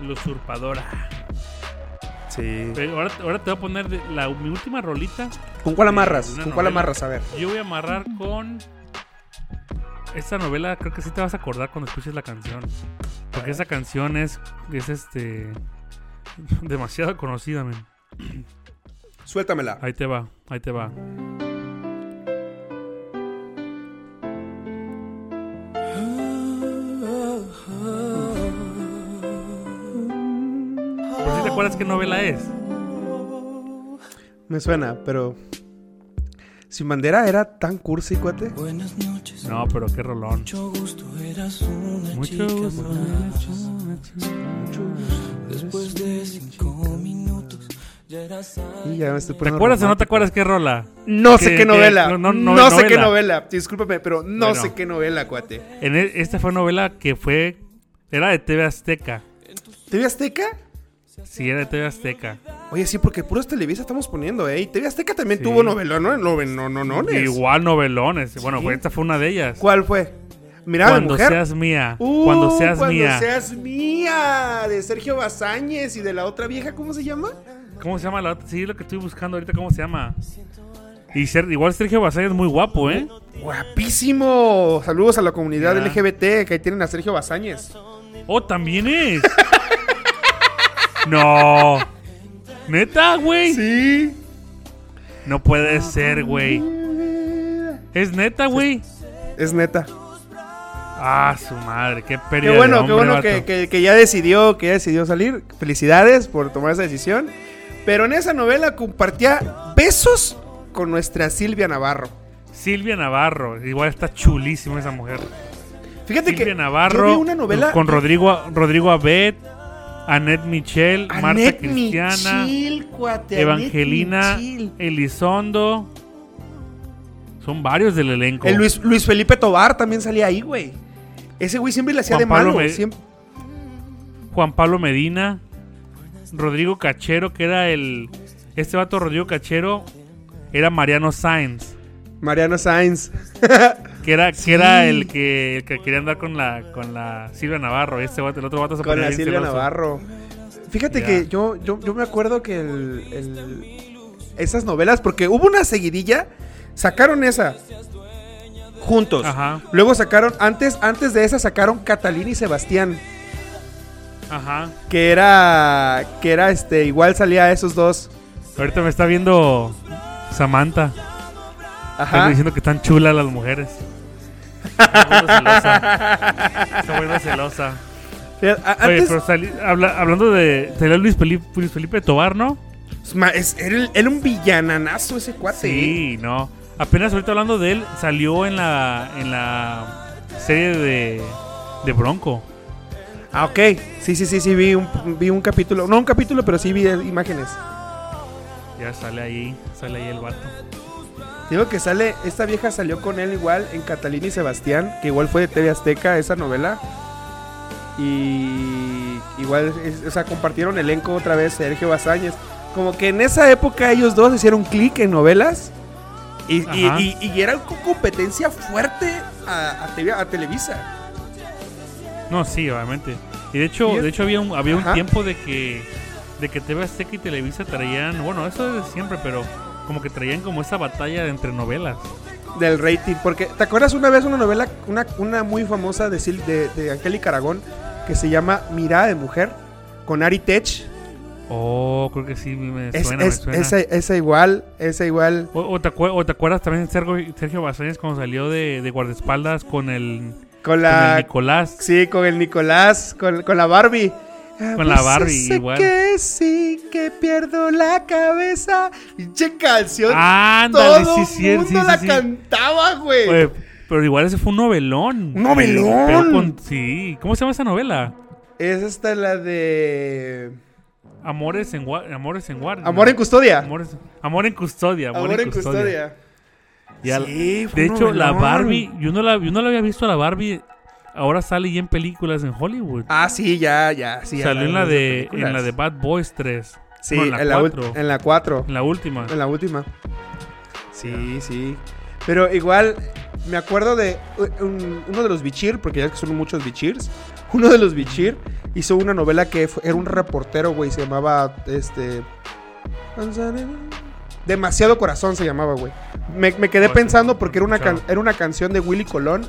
Speaker 5: La usurpadora.
Speaker 4: Sí.
Speaker 5: Pero ahora, ahora te voy a poner de- la, mi última rolita.
Speaker 4: ¿Con cuál amarras?
Speaker 5: Una
Speaker 4: ¿Con cuál
Speaker 5: novela.
Speaker 4: amarras? A ver.
Speaker 5: Yo voy a amarrar con. Esta novela creo que sí te vas a acordar cuando escuches la canción. Porque esa canción es. Es este. Demasiado conocida, men.
Speaker 4: Suéltamela.
Speaker 5: Ahí te va, ahí te va. ¿Por si te acuerdas qué novela es?
Speaker 4: Me suena, pero. Sin bandera era tan cursi, cuate.
Speaker 9: Buenas noches,
Speaker 5: No, pero qué rolón.
Speaker 9: mucho gusto, eras una
Speaker 5: Mucho
Speaker 9: chica más. Después de cinco minutos, ya eras
Speaker 4: Y ya me estoy
Speaker 5: ¿Te
Speaker 4: poniendo
Speaker 5: acuerdas o no te
Speaker 4: romántico.
Speaker 5: acuerdas qué rola?
Speaker 4: No sé
Speaker 5: ¿Qué-
Speaker 4: qué,
Speaker 5: qué-
Speaker 4: novela.
Speaker 5: no-
Speaker 4: No,
Speaker 5: no- no-
Speaker 4: sé qué
Speaker 5: novela?
Speaker 4: novela. Discúlpame, pero no
Speaker 5: Bueno.
Speaker 4: sé qué novela, cuate.
Speaker 5: En e- esta fue novela que fue. Era de TV Azteca.
Speaker 4: ¿TV Azteca?
Speaker 5: Sí, era de TV Azteca.
Speaker 4: Oye, sí, porque puros Televisa estamos poniendo, ¿eh? Y TV Azteca también
Speaker 5: Sí.
Speaker 4: tuvo novela, ¿no? No, no, no, no,
Speaker 5: Igual novelones. Bueno, pues esta fue una de ellas.
Speaker 4: ¿Cuál fue? Mirada de
Speaker 5: Cuando
Speaker 4: mujer.
Speaker 5: seas mía.
Speaker 4: Uh,
Speaker 5: cuando seas mía.
Speaker 4: Cuando seas mía. De Sergio Bazáñez y de la otra vieja, ¿cómo se llama?
Speaker 5: ¿Cómo se llama la otra? Sí, lo que estoy buscando ahorita, ¿cómo se llama? Y Ser- igual Sergio Basay es muy guapo, ¿eh?
Speaker 4: Guapísimo. Saludos a la comunidad
Speaker 5: Ya.
Speaker 4: LGBT que ahí tienen a Sergio Bazáñez.
Speaker 5: Oh, también es. no. Neta, güey.
Speaker 4: Sí.
Speaker 5: No puede ser, güey. Es neta, güey.
Speaker 4: Es neta.
Speaker 5: Ah, su madre, qué pérdida.
Speaker 4: Qué
Speaker 5: de
Speaker 4: bueno, qué
Speaker 5: hombre,
Speaker 4: bueno
Speaker 5: vato.
Speaker 4: que, que- que ya decidió, que ya decidió salir. Felicidades por tomar esa decisión. Pero en esa novela compartía besos con nuestra Silvia Navarro.
Speaker 5: Silvia Navarro, igual está chulísima esa mujer.
Speaker 4: Fíjate
Speaker 5: Silvia
Speaker 4: que
Speaker 5: Navarro
Speaker 4: yo vi una novela
Speaker 5: con Rodrigo Rodrigo Abed, Annette Michel, Marta
Speaker 4: Annette
Speaker 5: Cristiana.
Speaker 4: Michil, cuate,
Speaker 5: Evangelina
Speaker 4: Annette Michil.
Speaker 5: Elizondo. Son varios del elenco.
Speaker 4: El Luis, Luis Felipe Tobar también salía ahí, güey. Ese güey siempre le hacía
Speaker 5: Juan
Speaker 4: de
Speaker 5: Pablo
Speaker 4: malo.
Speaker 5: Med-
Speaker 4: siempre-
Speaker 5: Juan Pablo Medina. Rodrigo Cachero, que era el. Este vato Rodrigo Cachero era Mariano Sainz.
Speaker 4: Mariano Sainz.
Speaker 5: Que era, que era el, que, el que quería andar con la, con la Silvia Navarro. Este vato, el otro vato se
Speaker 4: Con
Speaker 5: ponía
Speaker 4: la
Speaker 5: bien
Speaker 4: Silvia
Speaker 5: celoso.
Speaker 4: Navarro. Fíjate
Speaker 5: Ya.
Speaker 4: que yo, yo, yo me acuerdo que el- el- esas novelas, porque hubo una seguidilla, sacaron esa. Juntos.
Speaker 5: Ajá.
Speaker 4: Luego sacaron, antes, antes de esa sacaron Catalina y Sebastián.
Speaker 5: Ajá.
Speaker 4: Que era. Que era este. Igual salía esos dos.
Speaker 5: Ahorita me está viendo Samantha. Están
Speaker 4: Ajá.
Speaker 5: diciendo que están chulas las mujeres. Está bueno celosa. Está bueno celosa.
Speaker 4: Fíjate, a-
Speaker 5: Oye,
Speaker 4: antes.
Speaker 5: pero salí- habla- hablando de. Salió Luis Felipe, Luis Felipe Tobar, ¿no?
Speaker 4: es pues, ma- es- era, el- era un villananazo ese cuate. ¿eh?
Speaker 5: Sí, no. Apenas ahorita hablando de él, salió en la, en la serie de, de Bronco.
Speaker 4: Ah, ok. Sí, sí, sí, sí, vi un, vi un capítulo. No un capítulo, pero sí vi eh, imágenes.
Speaker 5: Ya sale ahí, sale ahí el vato.
Speaker 4: Digo que sale, esta vieja salió con él igual en Catalina y Sebastián, que igual fue de TV Azteca esa novela. Y igual, es- o sea, compartieron elenco otra vez Sergio Bazáñez. Como que en esa época ellos dos hicieron clic en novelas. Y, y-
Speaker 5: Ajá.
Speaker 4: y- y era con competencia fuerte a, a TV a Televisa.
Speaker 5: No, sí, obviamente. Y de hecho,
Speaker 4: Y es-
Speaker 5: de hecho había un, había un
Speaker 4: Ajá.
Speaker 5: tiempo de que de que TV Azteca y Televisa traían, bueno, eso es de siempre, pero como que traían como esa batalla de entre novelas.
Speaker 4: Del rating. Porque, ¿te acuerdas una vez una novela, una, una muy famosa de, Sil- de, de Angélica Aragón, que se llama Mirada de Mujer, con Ari Tech?
Speaker 5: Oh, creo que sí me
Speaker 4: Es-
Speaker 5: suena,
Speaker 4: es-
Speaker 5: me suena.
Speaker 4: Esa, esa igual, esa igual.
Speaker 5: O, o te acue- o te acuerdas también de Sergio, Sergio Bazáñez cuando salió de, de guardaespaldas con el,
Speaker 4: Con
Speaker 5: con el
Speaker 4: la.
Speaker 5: Nicolás?
Speaker 4: sí, con el Nicolás, con, con la Barbie. A
Speaker 5: Con la
Speaker 4: veces
Speaker 5: Barbie,
Speaker 4: sé
Speaker 5: igual.
Speaker 4: Que sí, que pierdo la cabeza. Pinche canción.
Speaker 5: Ándale,
Speaker 4: Todo
Speaker 5: sí,
Speaker 4: el
Speaker 5: sí, sí,
Speaker 4: mundo
Speaker 5: sí,
Speaker 4: la
Speaker 5: sí.
Speaker 4: cantaba, güey.
Speaker 5: Oye, pero igual ese fue un novelón.
Speaker 4: ¡Un novelón!
Speaker 5: Pero con- sí. ¿Cómo se llama esa novela?
Speaker 4: Es esta la de.
Speaker 5: Amores en, gua- Amores en Guardia.
Speaker 4: Amor en custodia. Amor,
Speaker 5: Amores- Amor en custodia. Amor,
Speaker 4: en custodia.
Speaker 5: Ya-
Speaker 4: Sí, fue
Speaker 5: de
Speaker 4: un
Speaker 5: hecho, la
Speaker 4: novelón.
Speaker 5: Barbie, yo no la, yo no la había visto a la Barbie. Ahora sale ya en películas en Hollywood.
Speaker 4: Ah, sí, ya, ya. Sí, ya
Speaker 5: Salió en la
Speaker 4: vimos
Speaker 5: de
Speaker 4: películas.
Speaker 5: en la de Bad Boys 3.
Speaker 4: Sí,
Speaker 5: No,
Speaker 4: en, la
Speaker 5: cuatro.
Speaker 4: ult- en la 4.
Speaker 5: En la última.
Speaker 4: En la última. Sí, sí. Pero igual, me acuerdo de u- un- uno de los Bichir, porque ya que son muchos Bichirs. Uno de los Bichir hizo una novela que fue- era un reportero, güey. Se llamaba, este... Demasiado Corazón se llamaba, güey. Me, me quedé
Speaker 5: Oh, sí,
Speaker 4: pensando porque era una, can-
Speaker 5: escuchado.
Speaker 4: era una canción de Willy Colón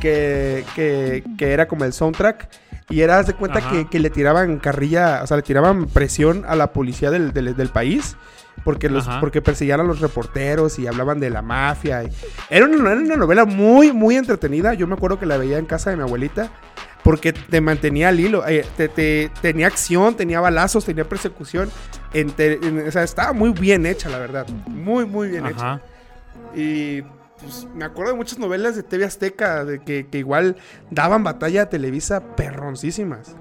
Speaker 4: que, que, que era como el soundtrack. Y era, haz de cuenta
Speaker 5: Ajá.
Speaker 4: que, que le tiraban carrilla, o sea, le tiraban presión a la policía del, del- del país. Porque, los,
Speaker 5: Ajá.
Speaker 4: porque perseguían a los reporteros y hablaban de la mafia. y- Era, una, era una novela muy, muy entretenida. Yo me acuerdo que la veía en casa de mi abuelita. Porque te mantenía al hilo. eh, te, te- tenía acción, tenía balazos, tenía persecución. en te- en- o sea, estaba muy bien hecha, la verdad. Muy, muy bien hecha.
Speaker 5: Ajá.
Speaker 4: Y pues, me acuerdo de muchas novelas de TV Azteca de que, que igual daban batalla a Televisa perroncísimas.
Speaker 5: ¿Tú,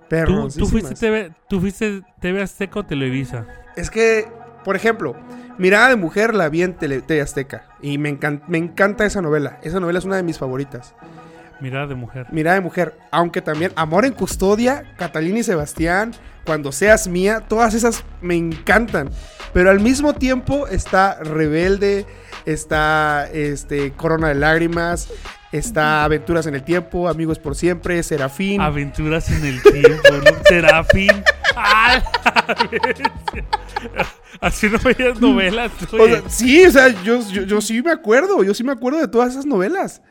Speaker 5: tú
Speaker 4: Perroncísimas.
Speaker 5: fuiste TV, ¿Tú fuiste TV Azteca o Televisa?
Speaker 4: Es que, por ejemplo, Mirada de Mujer la vi en Tele- TV Azteca. Y me, encan- me encanta esa novela. Esa novela es una de mis favoritas.
Speaker 5: Mirada de mujer.
Speaker 4: Mirada de Mujer. Aunque también Amor en Custodia, Catalina y Sebastián, Cuando Seas Mía, todas esas me encantan. Pero al mismo tiempo está Rebelde, está este, Corona de Lágrimas, está Aventuras en el Tiempo, Amigos por Siempre, Serafín.
Speaker 5: Aventuras en el tiempo, ¿no? Serafín. ¡Ah, la bestia! Así no veías novelas. tú,
Speaker 4: O
Speaker 5: oye.
Speaker 4: sea, sí, o sea, yo, yo, yo sí me acuerdo, yo sí me acuerdo de todas esas novelas.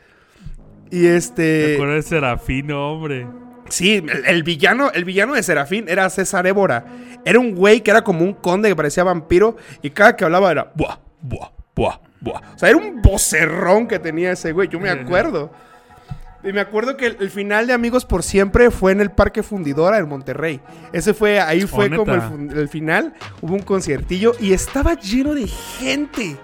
Speaker 4: Y
Speaker 5: Me
Speaker 4: este...
Speaker 5: acuerdo de Serafín, no, hombre.
Speaker 4: Sí, el, el villano, el villano de Serafín era César Évora. Era un güey que era como un conde que parecía vampiro y cada que hablaba era buah, buah, buah, buah. O sea, era un vocerrón que tenía ese güey, yo me
Speaker 5: Ajá.
Speaker 4: acuerdo. Y me acuerdo que el, el final de Amigos por Siempre fue en el Parque Fundidora en Monterrey. Ese fue, ahí fue
Speaker 5: Oh, neta.
Speaker 4: como el, fun- el final. Hubo un conciertillo y estaba lleno de gente.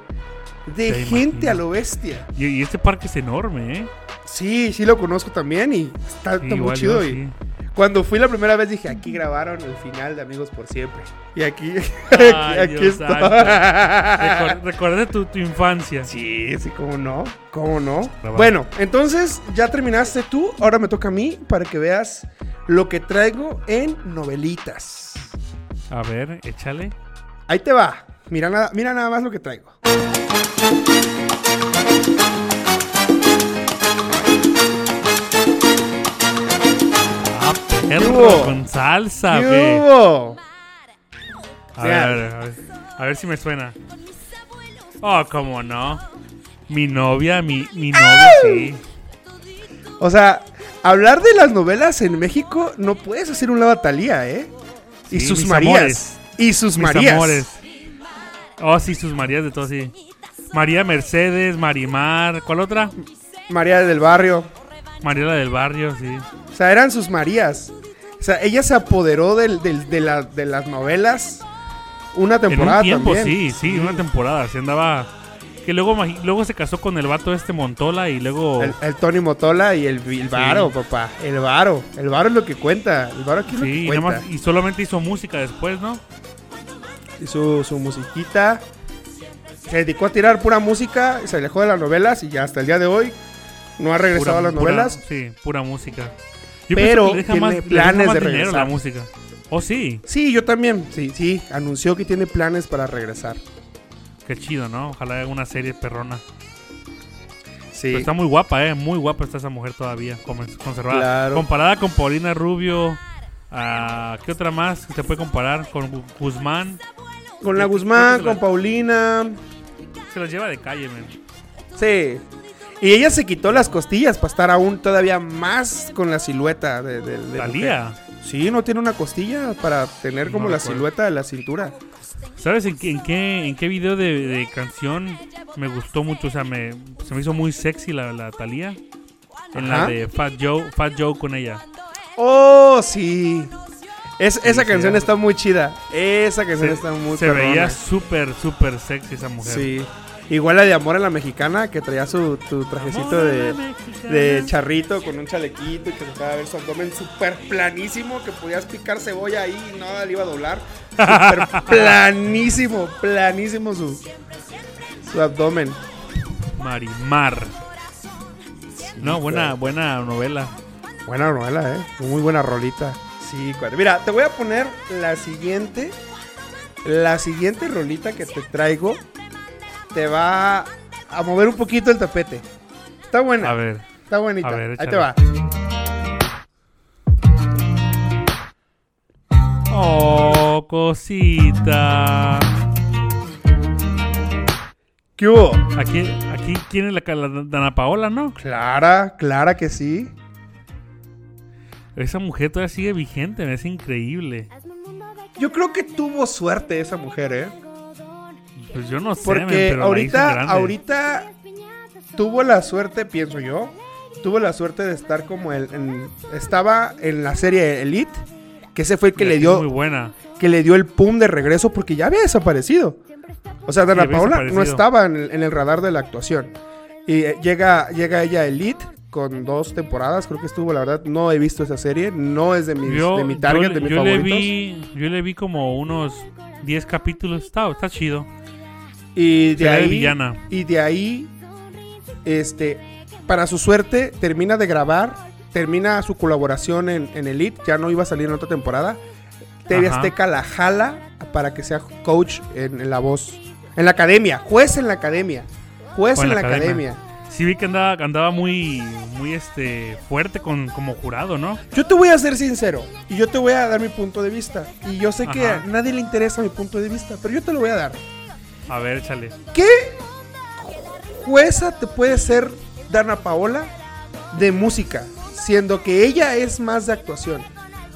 Speaker 4: De
Speaker 5: Te
Speaker 4: gente a
Speaker 5: imaginas.
Speaker 4: lo bestia.
Speaker 5: Y, y este parque es enorme, ¿eh?
Speaker 4: Sí, sí lo conozco también y está,
Speaker 5: Sí,
Speaker 4: está muy
Speaker 5: igual yo,
Speaker 4: chido. y-
Speaker 5: sí.
Speaker 4: cuando fui la primera vez dije, aquí grabaron el final de Amigos por Siempre. Y aquí,
Speaker 5: Ay,
Speaker 4: aquí
Speaker 5: Dios
Speaker 4: está.
Speaker 5: Recuer- Recuerda tu, tu infancia.
Speaker 4: sí, sí, cómo no, cómo no.
Speaker 5: Grabado.
Speaker 4: Bueno, entonces ya terminaste tú, ahora me toca a mí para que veas lo que traigo en novelitas.
Speaker 5: A ver, échale.
Speaker 4: Ahí te va, mira nada, mira nada más lo que traigo.
Speaker 5: Ah,
Speaker 4: hubo?
Speaker 5: perro, con salsa,
Speaker 4: ¿Qué
Speaker 5: ve.
Speaker 4: hubo?
Speaker 5: A ver, a ver, a ver. A ver si me suena. Oh, cómo no. Mi novia, mi, mi novia, sí.
Speaker 4: O sea, Hablar de las novelas en México, no puedes hacer un lado a Thalía, ¿eh? y
Speaker 5: Sí,
Speaker 4: sus
Speaker 5: mis
Speaker 4: Marías.
Speaker 5: amores.
Speaker 4: Y sus
Speaker 5: Mis
Speaker 4: Marías.
Speaker 5: amores. Oh, sí, sus Marías de todo, sí. María Mercedes, Marimar, ¿cuál otra?
Speaker 4: María del Barrio.
Speaker 5: Mariela del Barrio, sí.
Speaker 4: O sea, eran sus Marías. O sea, ella se apoderó del- del- de, la- de las novelas una temporada
Speaker 5: en un tiempo, sí,
Speaker 4: también.
Speaker 5: sí, una temporada. Se andaba. Que luego, imagi- luego se casó con el vato este Montola y luego.
Speaker 4: El, el Tony Motola y el, el varo, papá. El varo. El varo es lo que cuenta. El varo aquí es
Speaker 5: sí, y,
Speaker 4: lo que
Speaker 5: nada
Speaker 4: cuenta.
Speaker 5: más- y solamente hizo música después, ¿no?
Speaker 4: Hizo su musiquita. Se dedicó a tirar pura música. Se alejó de las novelas y ya hasta el día de hoy no ha regresado a las
Speaker 5: pura-
Speaker 4: novelas.
Speaker 5: sí, pura música. Yo pienso
Speaker 4: Pero
Speaker 5: que le deja
Speaker 4: tiene
Speaker 5: más, le deja
Speaker 4: planes
Speaker 5: más
Speaker 4: de
Speaker 5: dinero la
Speaker 4: regresar.
Speaker 5: música. Oh, sí,
Speaker 4: Sí, yo también. Sí, sí. Anunció que tiene planes para regresar.
Speaker 5: qué chido, ¿no? Ojalá haga una serie perrona.
Speaker 4: Sí.
Speaker 5: Pero está muy guapa, ¿eh? Muy guapa está esa mujer todavía, como es- conservada.
Speaker 4: Claro.
Speaker 5: Comparada con Paulina Rubio. ah, ¿Qué otra más se puede comparar? Con Gu- Guzmán.
Speaker 4: Con la
Speaker 5: Yo- yo creo
Speaker 4: Guzmán,
Speaker 5: que la-
Speaker 4: con Paulina.
Speaker 5: Se las lleva de calle, men.
Speaker 4: Sí. Y ella se quitó las costillas para estar aún todavía más con la silueta de, de, de
Speaker 5: Thalía.
Speaker 4: mujer. Sí, no tiene una costilla para tener como
Speaker 5: No
Speaker 4: la
Speaker 5: recuerdo.
Speaker 4: silueta de la cintura.
Speaker 5: ¿Sabes en qué, en qué, en qué video de, de canción me gustó mucho? O sea, me, se me hizo muy sexy la, la Thalía. En la
Speaker 4: Ajá.
Speaker 5: de Fat Joe, Fat Joe con ella.
Speaker 4: Oh, sí. Es, esa
Speaker 5: sí,
Speaker 4: canción
Speaker 5: hombre.
Speaker 4: está muy chida. Esa canción
Speaker 5: Se,
Speaker 4: está muy
Speaker 5: se
Speaker 4: perrona.
Speaker 5: veía súper, súper sexy esa mujer.
Speaker 4: Sí. Igual la de Amor a la Mexicana, que traía su tu trajecito de, de charrito con un chalequito y que se dejaba ver su abdomen súper planísimo, que podías picar cebolla ahí y nada le iba a doblar. Súper planísimo, planísimo su, su abdomen.
Speaker 5: Marimar. No, buena, buena novela.
Speaker 4: Buena novela, ¿eh? Muy buena rolita. Sí, cuate. Mira, te voy a poner la siguiente. La siguiente rolita que te traigo te va a mover un poquito el tapete. Está buena.
Speaker 5: A ver.
Speaker 4: Está bonita.
Speaker 5: A ver,
Speaker 4: Ahí
Speaker 5: échale.
Speaker 4: te va.
Speaker 5: Oh, cosita.
Speaker 4: ¿Qué hubo?
Speaker 5: Aquí, aquí tiene la, la Dana Paola, ¿no?
Speaker 4: Clara, clara que sí.
Speaker 5: Esa mujer todavía sigue vigente, es increíble.
Speaker 4: Yo creo que tuvo suerte esa mujer, ¿eh?
Speaker 5: Pues yo no sé, men,
Speaker 4: Porque
Speaker 5: pero la hizo
Speaker 4: ahorita,
Speaker 5: grande.
Speaker 4: ahorita tuvo la suerte, pienso yo, tuvo la suerte de estar como el, en- estaba en la serie Elite, que ese fue el que
Speaker 5: Mira,
Speaker 4: le
Speaker 5: es
Speaker 4: dio,
Speaker 5: muy buena.
Speaker 4: que le dio el pum de regreso porque ya había desaparecido. O sea, Dana
Speaker 5: había
Speaker 4: Paola no
Speaker 5: desaparecido.
Speaker 4: estaba en el, en el radar de la actuación. Y eh, llega, llega ella a Elite con dos temporadas, creo que estuvo, la verdad, no he visto esa serie, no es de, mis, de mi target,
Speaker 5: le-
Speaker 4: de mis
Speaker 5: yo le
Speaker 4: favoritos.
Speaker 5: vi, yo le vi como unos 10 capítulos. Está, está chido.
Speaker 4: Y de
Speaker 5: Era de
Speaker 4: ahí,
Speaker 5: villana.
Speaker 4: y de ahí, este, para su suerte, termina de grabar, termina su colaboración en, en Elite, ya no iba a salir en otra temporada. TV
Speaker 5: Ajá.
Speaker 4: Azteca la jala para que sea coach en, en la voz, en la academia, juez en la academia, juez
Speaker 5: O
Speaker 4: en, la academia.
Speaker 5: Sí vi que andaba, andaba muy, muy este, fuerte con, como jurado, ¿no?
Speaker 4: Yo te voy a ser sincero y yo te voy a dar mi punto de vista. Y yo sé que
Speaker 5: Ajá.
Speaker 4: a nadie le interesa mi punto de vista, pero yo te lo voy a dar.
Speaker 5: A ver, échale.
Speaker 4: ¿Qué jueza te puede ser Dana Paola de música? Siendo que ella es más de actuación.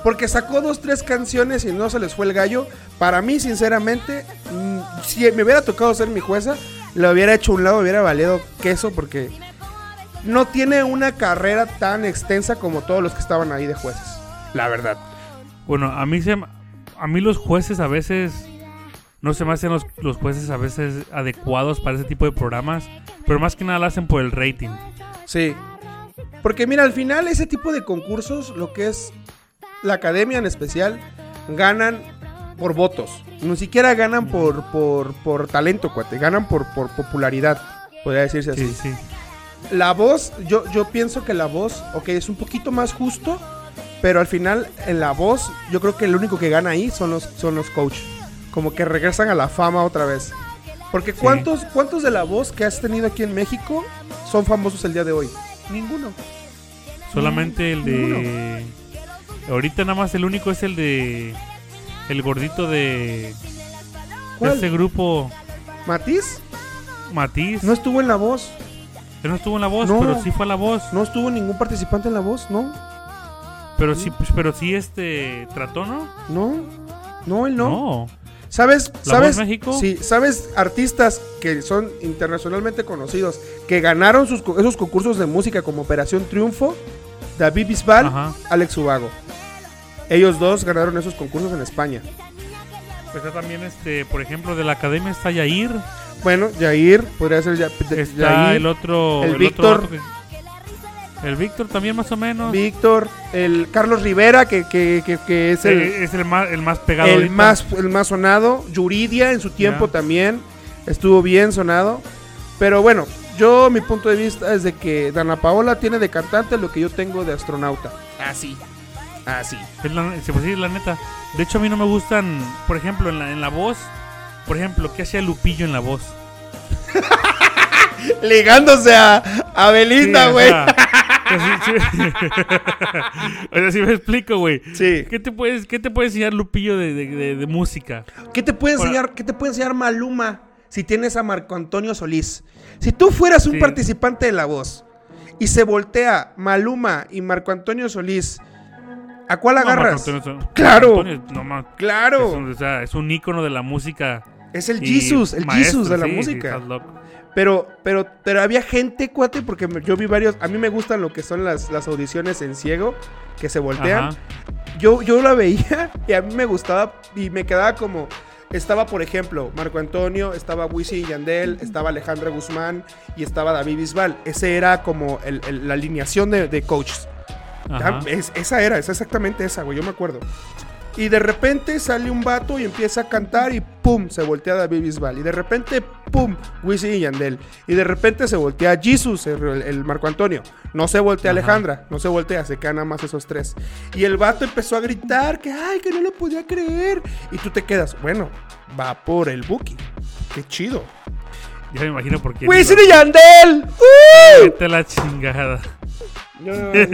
Speaker 4: Porque sacó dos, tres canciones y no se les fue el gallo. Para mí, sinceramente, mm, si me hubiera tocado ser mi jueza, la hubiera hecho a un lado, hubiera valido queso porque no tiene una carrera tan extensa como todos los que estaban ahí de jueces. La verdad.
Speaker 5: Bueno, a mí se, me- a mí los jueces a veces no se me hacen los, los jueces a veces adecuados para ese tipo de programas, pero más que nada lo hacen por el rating.
Speaker 4: Sí. Porque mira, al final ese tipo de concursos, lo que es la academia en especial, ganan por votos. Ni siquiera ganan por, por, por talento, cuate. Ganan por, por popularidad, podría decirse así.
Speaker 5: Sí, sí.
Speaker 4: La voz, yo, yo pienso que la voz, ok, es un poquito más justo, pero al final en la voz, yo creo que el único que gana ahí son los, son los coach. Como que regresan a la fama otra vez. Porque ¿cuántos, ¿cuántos de la voz que has tenido aquí en México son famosos el día de hoy? Ninguno.
Speaker 5: Solamente el de. Ahorita nada más el único es el de. El gordito de. de
Speaker 4: ¿Cuál?
Speaker 5: este grupo
Speaker 4: ¿Matiz?
Speaker 5: Matiz.
Speaker 4: No estuvo en la voz.
Speaker 5: Él no estuvo en la voz,
Speaker 4: No.
Speaker 5: pero sí fue a la voz.
Speaker 4: No estuvo ningún participante en la voz, ¿no?
Speaker 5: Pero sí, pues, pero sí este trató, ¿no?
Speaker 4: No. No, él no. ¿Sabes?
Speaker 5: ¿La
Speaker 4: ¿Sabes?
Speaker 5: Voz México?
Speaker 4: Sí, ¿sabes artistas que son internacionalmente conocidos, que ganaron sus, co- esos concursos de música como Operación Triunfo? David Bisbal,
Speaker 5: Ajá.
Speaker 4: Alex Ubago. Ellos dos ganaron esos concursos en España.
Speaker 5: Pues está también este, por ejemplo, de la academia está Yair,
Speaker 4: Bueno, Jair, podría ser Ya- de-
Speaker 5: está
Speaker 4: Yair,
Speaker 5: el otro
Speaker 4: el
Speaker 5: otro
Speaker 4: Víctor.
Speaker 5: vato que- el Víctor también más o menos.
Speaker 4: Víctor, el Carlos Rivera, que, que- que- que es el,
Speaker 5: Eh, es el más el más pegado
Speaker 4: el
Speaker 5: ahorita.
Speaker 4: más, el más sonado. Yuridia en su tiempo
Speaker 5: Ya.
Speaker 4: también estuvo bien sonado. Pero bueno, yo mi punto de vista es de que Dana Paola tiene de cantante lo que yo tengo de astronauta.
Speaker 5: Ah,
Speaker 4: Así. Así.
Speaker 5: Es la, se puede decir la neta. De hecho, a mí no me gustan, por ejemplo, en la, en la voz. Por ejemplo, ¿qué hacía Lupillo en la voz?
Speaker 4: Ligándose a, a
Speaker 5: Sí,
Speaker 4: Belinda,
Speaker 5: o
Speaker 4: güey.
Speaker 5: sea, pues sí, sí. o sea, si me explico, güey.
Speaker 4: Sí.
Speaker 5: ¿Qué te, puedes, ¿Qué te puede enseñar Lupillo de, de- de- de música?
Speaker 4: ¿Qué te puede
Speaker 5: Ahora-
Speaker 4: enseñar, qué te puede enseñar Maluma si tienes a Marco Antonio Solís? Si tú fueras un
Speaker 5: Sí.
Speaker 4: participante de La Voz y se voltea Maluma y Marco Antonio Solís, ¿a cuál agarras?
Speaker 5: No, Marco Antonio,
Speaker 4: Claro.
Speaker 5: Marco Antonio, no, ma-
Speaker 4: Claro.
Speaker 5: Es un, o sea, es un ícono de la música.
Speaker 4: Es el
Speaker 5: y
Speaker 4: Jesus, el
Speaker 5: maestro,
Speaker 4: Jesus de la
Speaker 5: sí, sí,
Speaker 4: música.
Speaker 5: estás loco.
Speaker 4: Pero, pero, pero había gente, cuate, porque me- yo vi varios. A mí me gustan lo que son las, las audiciones en ciego, que se voltean.
Speaker 5: Ajá.
Speaker 4: Yo, yo la veía y a mí me gustaba y me quedaba como. Estaba, por ejemplo, Marco Antonio, estaba Wisin y Yandel, estaba Alejandra Guzmán y estaba David Bisbal. Ese era como el- el- la alineación de, de coaches.
Speaker 5: Ajá.
Speaker 4: Es- esa era, es exactamente esa, güey, yo me acuerdo. Y de repente sale un vato y empieza a cantar y pum, se voltea David Bisbal. Y de repente, pum, Wisin y Yandel. Y de repente se voltea Jesus, el, el Marco Antonio. No se voltea
Speaker 5: Ajá.
Speaker 4: Alejandra, no se voltea, se quedan nada más esos tres. Y el vato empezó a gritar que, ay, que no lo podía creer. Y tú te quedas, bueno, va por el Buki. Qué chido.
Speaker 5: Ya me imagino por qué.
Speaker 4: ¡Wisin y Yandel! ¡Uh!
Speaker 5: Vete a la chingada.
Speaker 4: No,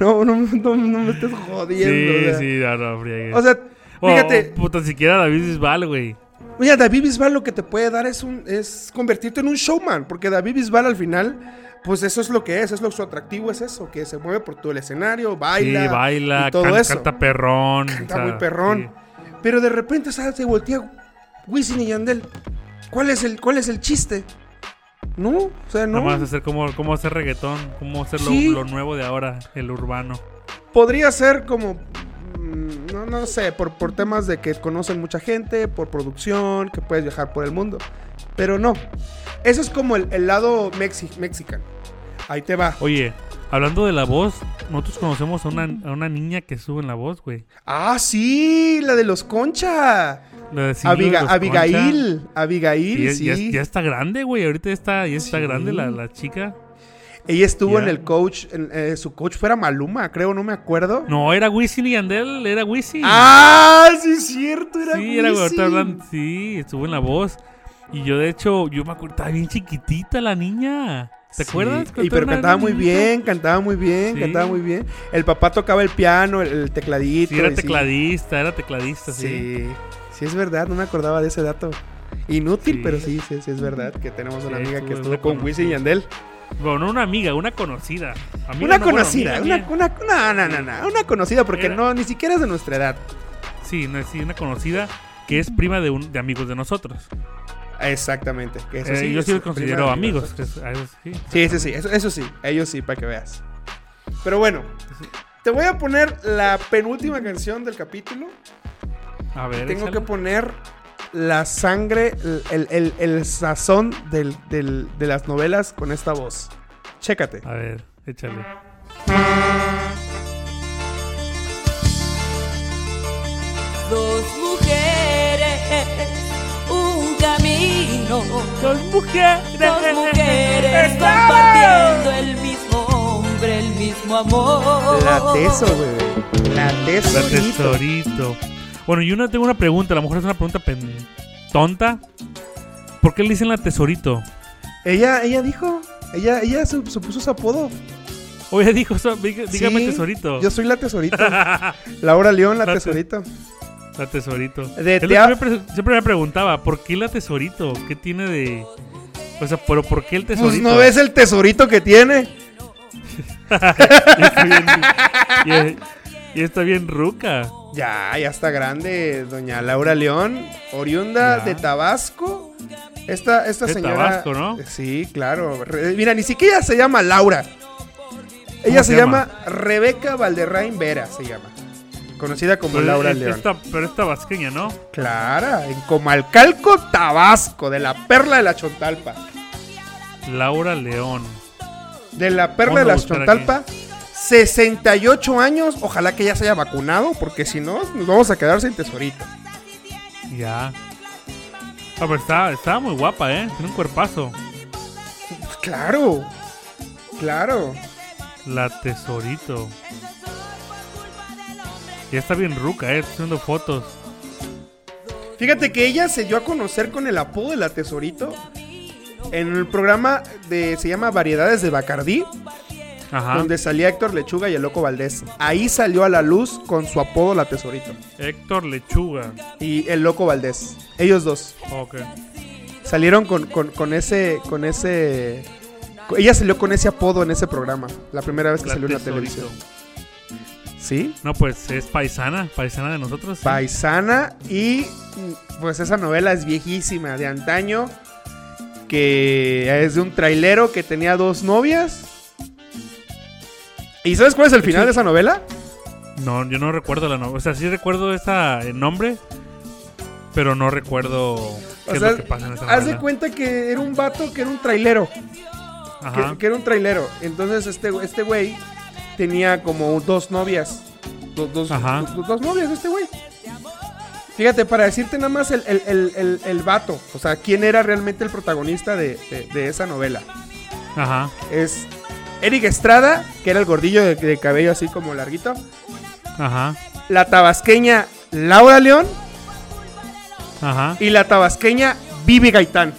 Speaker 4: no, no, no, no, no me estés jodiendo.
Speaker 5: Sí,
Speaker 4: o sea.
Speaker 5: sí, Oh, no, no, friegues.
Speaker 4: O sea,
Speaker 5: O-
Speaker 4: fíjate,
Speaker 5: o puta, siquiera David Bisbal, güey.
Speaker 4: mira, David Bisbal lo que te puede dar es un es convertirte en un showman, porque David Bisbal al final, pues eso es lo que es, es lo su atractivo es eso, que se mueve por todo el escenario, baila,
Speaker 5: sí, baila,
Speaker 4: y todo
Speaker 5: can-
Speaker 4: eso,
Speaker 5: canta perrón.
Speaker 4: Canta
Speaker 5: o sea,
Speaker 4: muy perrón.
Speaker 5: sí.
Speaker 4: Pero de repente, ¿sabes? Se voltea Wisin y Yandel. ¿Cuál es el cuál es el chiste? No, o sea, no.
Speaker 5: Nada más hacer como, como hacer reggaetón, como hacer lo-
Speaker 4: Sí.
Speaker 5: lo, nuevo de ahora, el urbano.
Speaker 4: Podría ser como. mm, No, no sé, por, por temas de que conocen mucha gente, por producción, que puedes viajar por el mundo. Pero no. Eso es como el, el lado mexi mexicano. Ahí te va.
Speaker 5: Oye, hablando de la voz, nosotros conocemos a una, a una niña que sube en la voz, güey.
Speaker 4: Ah, sí, la de los concha.
Speaker 5: La de Signos Los
Speaker 4: Abiga-
Speaker 5: Concha.
Speaker 4: Abigail.
Speaker 5: Y
Speaker 4: Abigail,
Speaker 5: ya,
Speaker 4: sí. Ah,
Speaker 5: ya- ya está grande, güey. Ahorita ya está, ya está grande la, la chica.
Speaker 4: Ella estuvo
Speaker 5: ya.
Speaker 4: en el coach. en- eh, su coach fuera Maluma, creo, no me acuerdo.
Speaker 5: No, era Wisin y Andel, era Wisin.
Speaker 4: Ah, sí, es cierto, era
Speaker 5: sí, era güey, ahorita
Speaker 4: Wisin.
Speaker 5: hablan- sí, estuvo en la voz. Y yo, de hecho, yo me acuerdo, estaba bien chiquitita la niña. ¿Te
Speaker 4: Sí,
Speaker 5: acuerdas?
Speaker 4: Y pero
Speaker 5: Cuando era
Speaker 4: cantaba muy
Speaker 5: niñita.
Speaker 4: bien, cantaba muy bien,
Speaker 5: Sí.
Speaker 4: cantaba muy bien. El papá tocaba el piano, el, el tecladito.
Speaker 5: Sí, era
Speaker 4: y
Speaker 5: tecladista, era tecladista, sí.
Speaker 4: Sí. sí, es verdad, no me acordaba de ese dato. Inútil,
Speaker 5: Sí.
Speaker 4: pero sí, sí, sí, es verdad que tenemos una
Speaker 5: Sí,
Speaker 4: amiga
Speaker 5: estuvo-
Speaker 4: que estuvo
Speaker 5: estuvo
Speaker 4: con
Speaker 5: con
Speaker 4: Wisin y
Speaker 5: nosotros.
Speaker 4: Yandel.
Speaker 5: Bueno, no una amiga, una conocida. Amiga,
Speaker 4: una
Speaker 5: no, bueno,
Speaker 4: conocida,
Speaker 5: amiga,
Speaker 4: una,
Speaker 5: amiga.
Speaker 4: una, no, no, no, no, una conocida porque
Speaker 5: Era-
Speaker 4: no, ni siquiera es de nuestra edad.
Speaker 5: Sí, no, sí, una conocida que es prima de, un, de amigos de nosotros.
Speaker 4: Exactamente. que eso
Speaker 5: Eh, yo
Speaker 4: es
Speaker 5: sí los
Speaker 4: prima
Speaker 5: considero
Speaker 4: de
Speaker 5: amigos. es- algo así.
Speaker 4: Sí, sí, sí, eso, eso sí, ellos sí, para que veas. Pero bueno, te voy a poner la penúltima canción del capítulo.
Speaker 5: A ver,
Speaker 4: Tengo que
Speaker 5: échale.
Speaker 4: poner la sangre, el, el- el- el sazón del- del- de las novelas con esta voz. Chécate.
Speaker 5: A ver, échale.
Speaker 6: Dos mujeres, un camino.
Speaker 5: Dos mujeres.
Speaker 6: Dos mujeres compartiendo el mismo hombre, el mismo amor.
Speaker 4: La teso, güey. La teso.
Speaker 5: La tesorito. Bueno, yo una- tengo una pregunta. A lo mejor es una pregunta pen- tonta. ¿Por qué le dicen la tesorito?
Speaker 4: Ella, ella dijo, ella, ella su- supuso su apodo.
Speaker 5: Oye, dijo, eso, dí- dígame
Speaker 4: Sí,
Speaker 5: tesorito.
Speaker 4: Yo soy la tesorita. Laura León, la
Speaker 5: La te-
Speaker 4: tesorita.
Speaker 5: La tesorito.
Speaker 4: De
Speaker 5: Es lo
Speaker 4: tea-
Speaker 5: que me pre- siempre me preguntaba, ¿por qué la tesorito? ¿Qué tiene de, O sea, pero ¿por qué el tesorito?
Speaker 4: Pues no ves el tesorito que tiene.
Speaker 5: Y está bien- y- y está bien ruca.
Speaker 4: Ya, ya está grande, doña Laura León, oriunda
Speaker 5: Ya.
Speaker 4: de Tabasco. Esta, esta
Speaker 5: De
Speaker 4: señora.
Speaker 5: Tabasco, ¿no?
Speaker 4: Sí, claro. Re- Mira, ni siquiera se llama Laura. Ella
Speaker 5: se
Speaker 4: se, llama? Rebeca Valderrain Vera, se llama. Conocida como
Speaker 5: Pero
Speaker 4: Laura
Speaker 5: Pues, es-
Speaker 4: León.
Speaker 5: esta- pero esta vasqueña, ¿no?
Speaker 4: Clara, en Comalcalco, Tabasco, de la perla de la Chontalpa.
Speaker 5: Laura León.
Speaker 4: De la
Speaker 5: Vamos
Speaker 4: perla
Speaker 5: a
Speaker 4: de la
Speaker 5: buscar
Speaker 4: Chontalpa, 68 años. Ojalá que ya se haya vacunado, porque si no, nos vamos a quedar sin tesorito.
Speaker 5: Ya. Ah, pero está, está muy guapa, ¿eh? Tiene un cuerpazo.
Speaker 4: Pues Claro, claro.
Speaker 5: La tesorito. Ya está bien ruca, ¿eh? Está haciendo fotos.
Speaker 4: Fíjate que ella se dio a conocer con el apodo de la tesorito en el programa de se llama Variedades de Bacardí,
Speaker 5: Ajá.
Speaker 4: donde salía Héctor Lechuga y el Loco Valdés. Ahí salió a la luz con su apodo la tesorito
Speaker 5: Héctor Lechuga.
Speaker 4: y el Loco Valdés. Ellos dos
Speaker 5: Ok.
Speaker 4: salieron con, con- con ese con ese ella salió con ese apodo en ese programa, la primera vez que
Speaker 5: La
Speaker 4: salió en la
Speaker 5: tesorito.
Speaker 4: televisión. ¿Sí?
Speaker 5: No, pues es paisana, paisana de nosotros. sí.
Speaker 4: paisana y mm, pues esa novela es viejísima, de antaño, que es de un trailero que tenía dos novias. ¿Y sabes cuál es el final de esa novela?
Speaker 5: No, yo no recuerdo la novela. O sea, sí recuerdo esa, el nombre, pero no recuerdo qué
Speaker 4: O
Speaker 5: es
Speaker 4: sea,
Speaker 5: lo que pasa en esa
Speaker 4: haz de
Speaker 5: novela.
Speaker 4: cuenta que era un vato que era un trailero,
Speaker 5: Ajá.
Speaker 4: que, que era un trailero. Entonces este este güey tenía como dos novias, do- dos,
Speaker 5: Ajá.
Speaker 4: do- dos novias de este güey. Fíjate, para decirte nada más el, el- el- el- el vato, o sea, quién era realmente el protagonista de- de- de esa novela.
Speaker 5: Ajá.
Speaker 4: es Eric Estrada, que era el gordillo de, de cabello así como larguito.
Speaker 5: Ajá.
Speaker 4: La tabasqueña Laura León
Speaker 5: Ajá.
Speaker 4: y la tabasqueña Vivi Gaitán.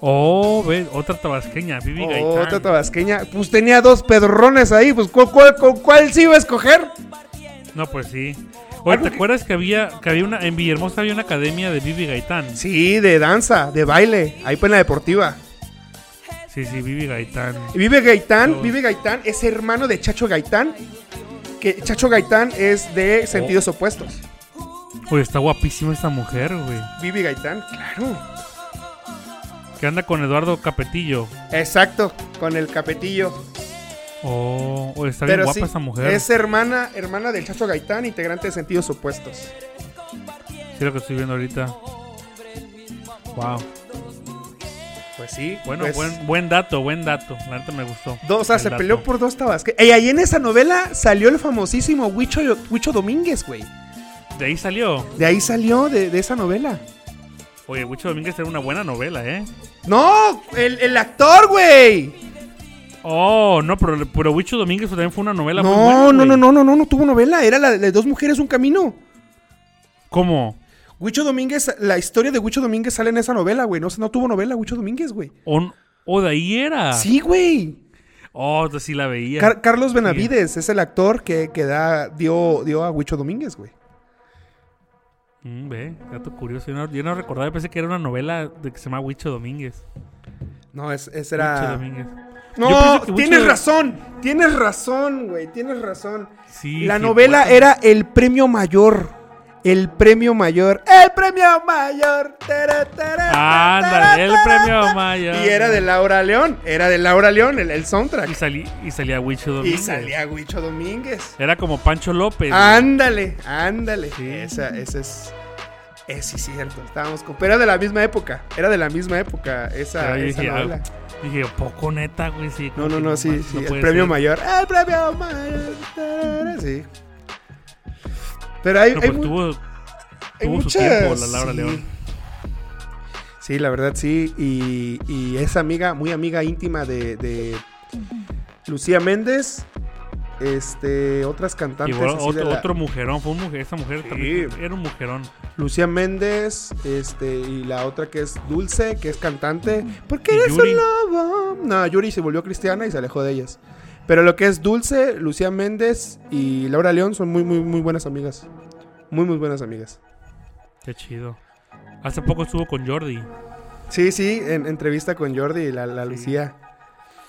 Speaker 5: Oh, ve, otra tabasqueña, Vivi Gaitán.
Speaker 4: Oh, Otra tabasqueña. Pues tenía dos pedrones ahí. Pues ¿cuál, cuál, cuál, cuál se iba a escoger?
Speaker 5: No, pues sí. Oye, ¿te acuerdas que había, que había una, en Villahermosa había una academia de Vivi Gaitán?
Speaker 4: Sí, de danza, de baile. Ahí pues en la deportiva.
Speaker 5: Sí, sí, Vivi Gaitán.
Speaker 4: Y Vive Gaitán,
Speaker 5: Oh.
Speaker 4: Vive Gaitán es hermano de Chacho Gaitán. Que Chacho Gaitán es
Speaker 5: Oh.
Speaker 4: de sentidos opuestos.
Speaker 5: Oye, está guapísima esta mujer, güey.
Speaker 4: Vivi Gaitán, claro.
Speaker 5: Que anda con Eduardo Capetillo.
Speaker 4: Exacto, con el capetillo.
Speaker 5: Oh, oye, está bien
Speaker 4: Pero
Speaker 5: guapa
Speaker 4: sí,
Speaker 5: esta mujer.
Speaker 4: Es hermana, hermana del Chacho Gaitán, integrante de sentidos opuestos.
Speaker 5: Sí, lo que estoy viendo ahorita. Wow.
Speaker 4: Pues sí.
Speaker 5: Bueno,
Speaker 4: pues,
Speaker 5: buen, buen dato, buen dato. La neta me gustó.
Speaker 4: dos- o sea,
Speaker 5: el
Speaker 4: se
Speaker 5: dato.
Speaker 4: peleó por dos tabasqueñas. Y ahí en esa novela salió el famosísimo Huicho, Huicho Domínguez, güey.
Speaker 5: De ahí salió.
Speaker 4: De ahí salió de, de esa novela.
Speaker 5: Oye, Huicho Domínguez era una buena novela, ¿eh?
Speaker 4: ¡No! ¡El, el actor, güey!
Speaker 5: Oh, no, pero, pero Huicho Domínguez también fue una novela
Speaker 4: No,
Speaker 5: muy buena, güey.
Speaker 4: no, no, no, no, no, no tuvo novela. Era la de Dos Mujeres, Un Camino.
Speaker 5: ¿Cómo?
Speaker 4: Huicho Domínguez, la historia de Huicho Domínguez sale en esa novela, güey. No, no tuvo novela Huicho Domínguez, güey.
Speaker 5: ¿O, o de ahí era?
Speaker 4: Sí, güey.
Speaker 5: Oh, entonces sí la veía.
Speaker 4: Car- Carlos Benavides es el actor que, que da, dio, dio a Huicho Domínguez, güey.
Speaker 5: Mm, ve, dato curioso. Yo no, yo no recordaba, pensé que era una novela de que se llama Huicho Domínguez.
Speaker 4: No, es- ese
Speaker 5: Huicho
Speaker 4: era...
Speaker 5: Domínguez. Yo
Speaker 4: No,
Speaker 5: pienso que Huicho
Speaker 4: tienes
Speaker 5: de-
Speaker 4: razón, tienes razón, güey, tienes razón.
Speaker 5: Sí,
Speaker 4: La
Speaker 5: sí,
Speaker 4: novela
Speaker 5: Huicho-
Speaker 4: era El Premio Mayor, El Premio Mayor, El Premio Mayor. tara, tara, tara,
Speaker 5: Ándale, el
Speaker 4: tara,
Speaker 5: premio
Speaker 4: tara.
Speaker 5: Maya.
Speaker 4: Y era de Laura León, era de Laura León el, el
Speaker 5: Y,
Speaker 4: soundtrack.
Speaker 5: salí, y salía Huicho
Speaker 4: Y
Speaker 5: Domínguez.
Speaker 4: salía Ah, Huicho Domínguez.
Speaker 5: Era como Pancho López.
Speaker 4: Ándale, ándale.
Speaker 5: Sí.
Speaker 4: Esa, esa es. Eh, sí, cierto. Estábamos con. Pero era de la misma época. Era de la misma época esa,
Speaker 5: Pero yo
Speaker 4: esa
Speaker 5: dije, ah,
Speaker 4: novela.
Speaker 5: Dije, poco neta, güey, sí.
Speaker 4: No,
Speaker 5: como
Speaker 4: no,
Speaker 5: que
Speaker 4: no, sí,
Speaker 5: mames,
Speaker 4: sí.
Speaker 5: no
Speaker 4: el
Speaker 5: puede
Speaker 4: premio
Speaker 5: ser.
Speaker 4: mayor. El premio mayor. tarara, Sí. Pero hay,
Speaker 5: No,
Speaker 4: hay
Speaker 5: pues
Speaker 4: mu-
Speaker 5: tuvo,
Speaker 4: hay
Speaker 5: tuvo su
Speaker 4: muchas-
Speaker 5: tiempo la Laura
Speaker 4: sí.
Speaker 5: León.
Speaker 4: Sí, la verdad sí. Y, y es amiga, muy amiga íntima de, de Lucía Méndez. Este, otras
Speaker 5: Y
Speaker 4: cantantes.
Speaker 5: bueno,
Speaker 4: así de
Speaker 5: otro,
Speaker 4: la-
Speaker 5: otro mujerón, fue un mujer, esa mujer
Speaker 4: Sí.
Speaker 5: también era un mujerón.
Speaker 4: Lucía Méndez, este, y la otra que es Dulce, que es cantante. ¿Por qué
Speaker 5: ¿Y
Speaker 4: eres
Speaker 5: Yuri?
Speaker 4: un lobo? No, Yuri se volvió cristiana y se alejó de ellas. Pero lo que es Dulce, Lucía Méndez y Laura León son muy, muy, muy buenas amigas. Muy, muy buenas amigas.
Speaker 5: Qué chido. Hace poco estuvo con Jordi.
Speaker 4: Sí, sí, en entrevista con Jordi y la, la Lucía.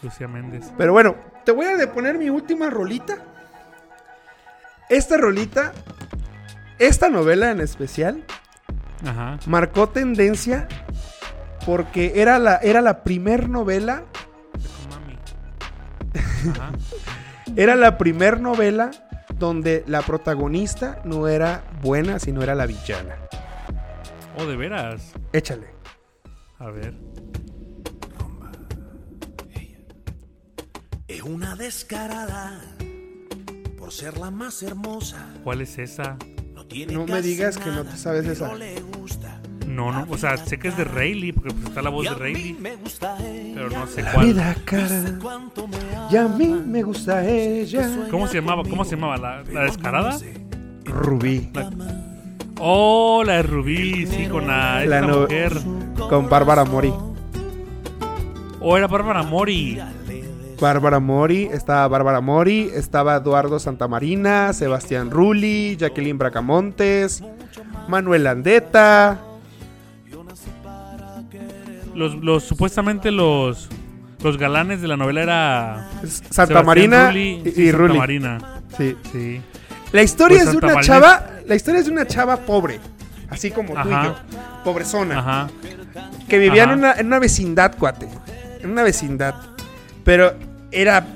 Speaker 5: Lucía Méndez.
Speaker 4: Pero bueno, te voy a poner mi última rolita. Esta rolita, esta novela en especial,
Speaker 5: Ajá.
Speaker 4: marcó tendencia porque era la, era la primer novela,
Speaker 5: Mami. Ajá.
Speaker 4: era la primer novela donde la protagonista no era buena, sino era la villana.
Speaker 5: Oh, de veras.
Speaker 4: Échale.
Speaker 5: A ver.
Speaker 10: Es una descarada por ser la más hermosa.
Speaker 5: ¿Cuál es esa?
Speaker 10: No, tiene
Speaker 4: No me
Speaker 10: casi
Speaker 4: digas que no
Speaker 10: nada,
Speaker 4: te sabes
Speaker 10: pero
Speaker 4: esa.
Speaker 10: le gusta.
Speaker 5: No, no. O sea, sé que es de Rayleigh, porque pues, está la voz
Speaker 10: Y
Speaker 5: de
Speaker 10: a mí
Speaker 5: Rayleigh.
Speaker 10: me gusta ella.
Speaker 5: Pero no sé
Speaker 4: La
Speaker 5: cuál.
Speaker 4: vida cara,
Speaker 10: Dice cuánto me
Speaker 4: y a
Speaker 10: ama,
Speaker 4: mí me gusta ella.
Speaker 10: sueña
Speaker 5: ¿Cómo se llamaba? ¿Cómo se llamaba? ¿La, la descarada?
Speaker 4: Rubí,
Speaker 5: Oh, la de Rubí, sí, con la,
Speaker 4: La
Speaker 5: esta
Speaker 4: no-
Speaker 5: mujer.
Speaker 4: con Bárbara Mori.
Speaker 5: Oh, era Bárbara Mori.
Speaker 4: Bárbara Mori, estaba Bárbara Mori, estaba Eduardo Santamarina, Sebastián Rulli, Jacqueline Bracamontes, Manuel Andeta.
Speaker 5: Los, los, supuestamente los, los galanes de la novela era...
Speaker 4: Santa Marina
Speaker 5: Rulli,
Speaker 4: y,
Speaker 5: sí,
Speaker 4: y
Speaker 5: Santa
Speaker 4: Rulli.
Speaker 5: Marina.
Speaker 4: Sí.
Speaker 5: Sí.
Speaker 4: La historia
Speaker 5: Pues
Speaker 4: es de
Speaker 5: Santa
Speaker 4: una
Speaker 5: Marina-
Speaker 4: chava, la historia es de una chava pobre, así como tú y
Speaker 5: Ajá.
Speaker 4: yo, pobrezona,
Speaker 5: Ajá.
Speaker 4: que vivía en
Speaker 5: Ajá.
Speaker 4: una, en una vecindad, cuate, en una vecindad, pero era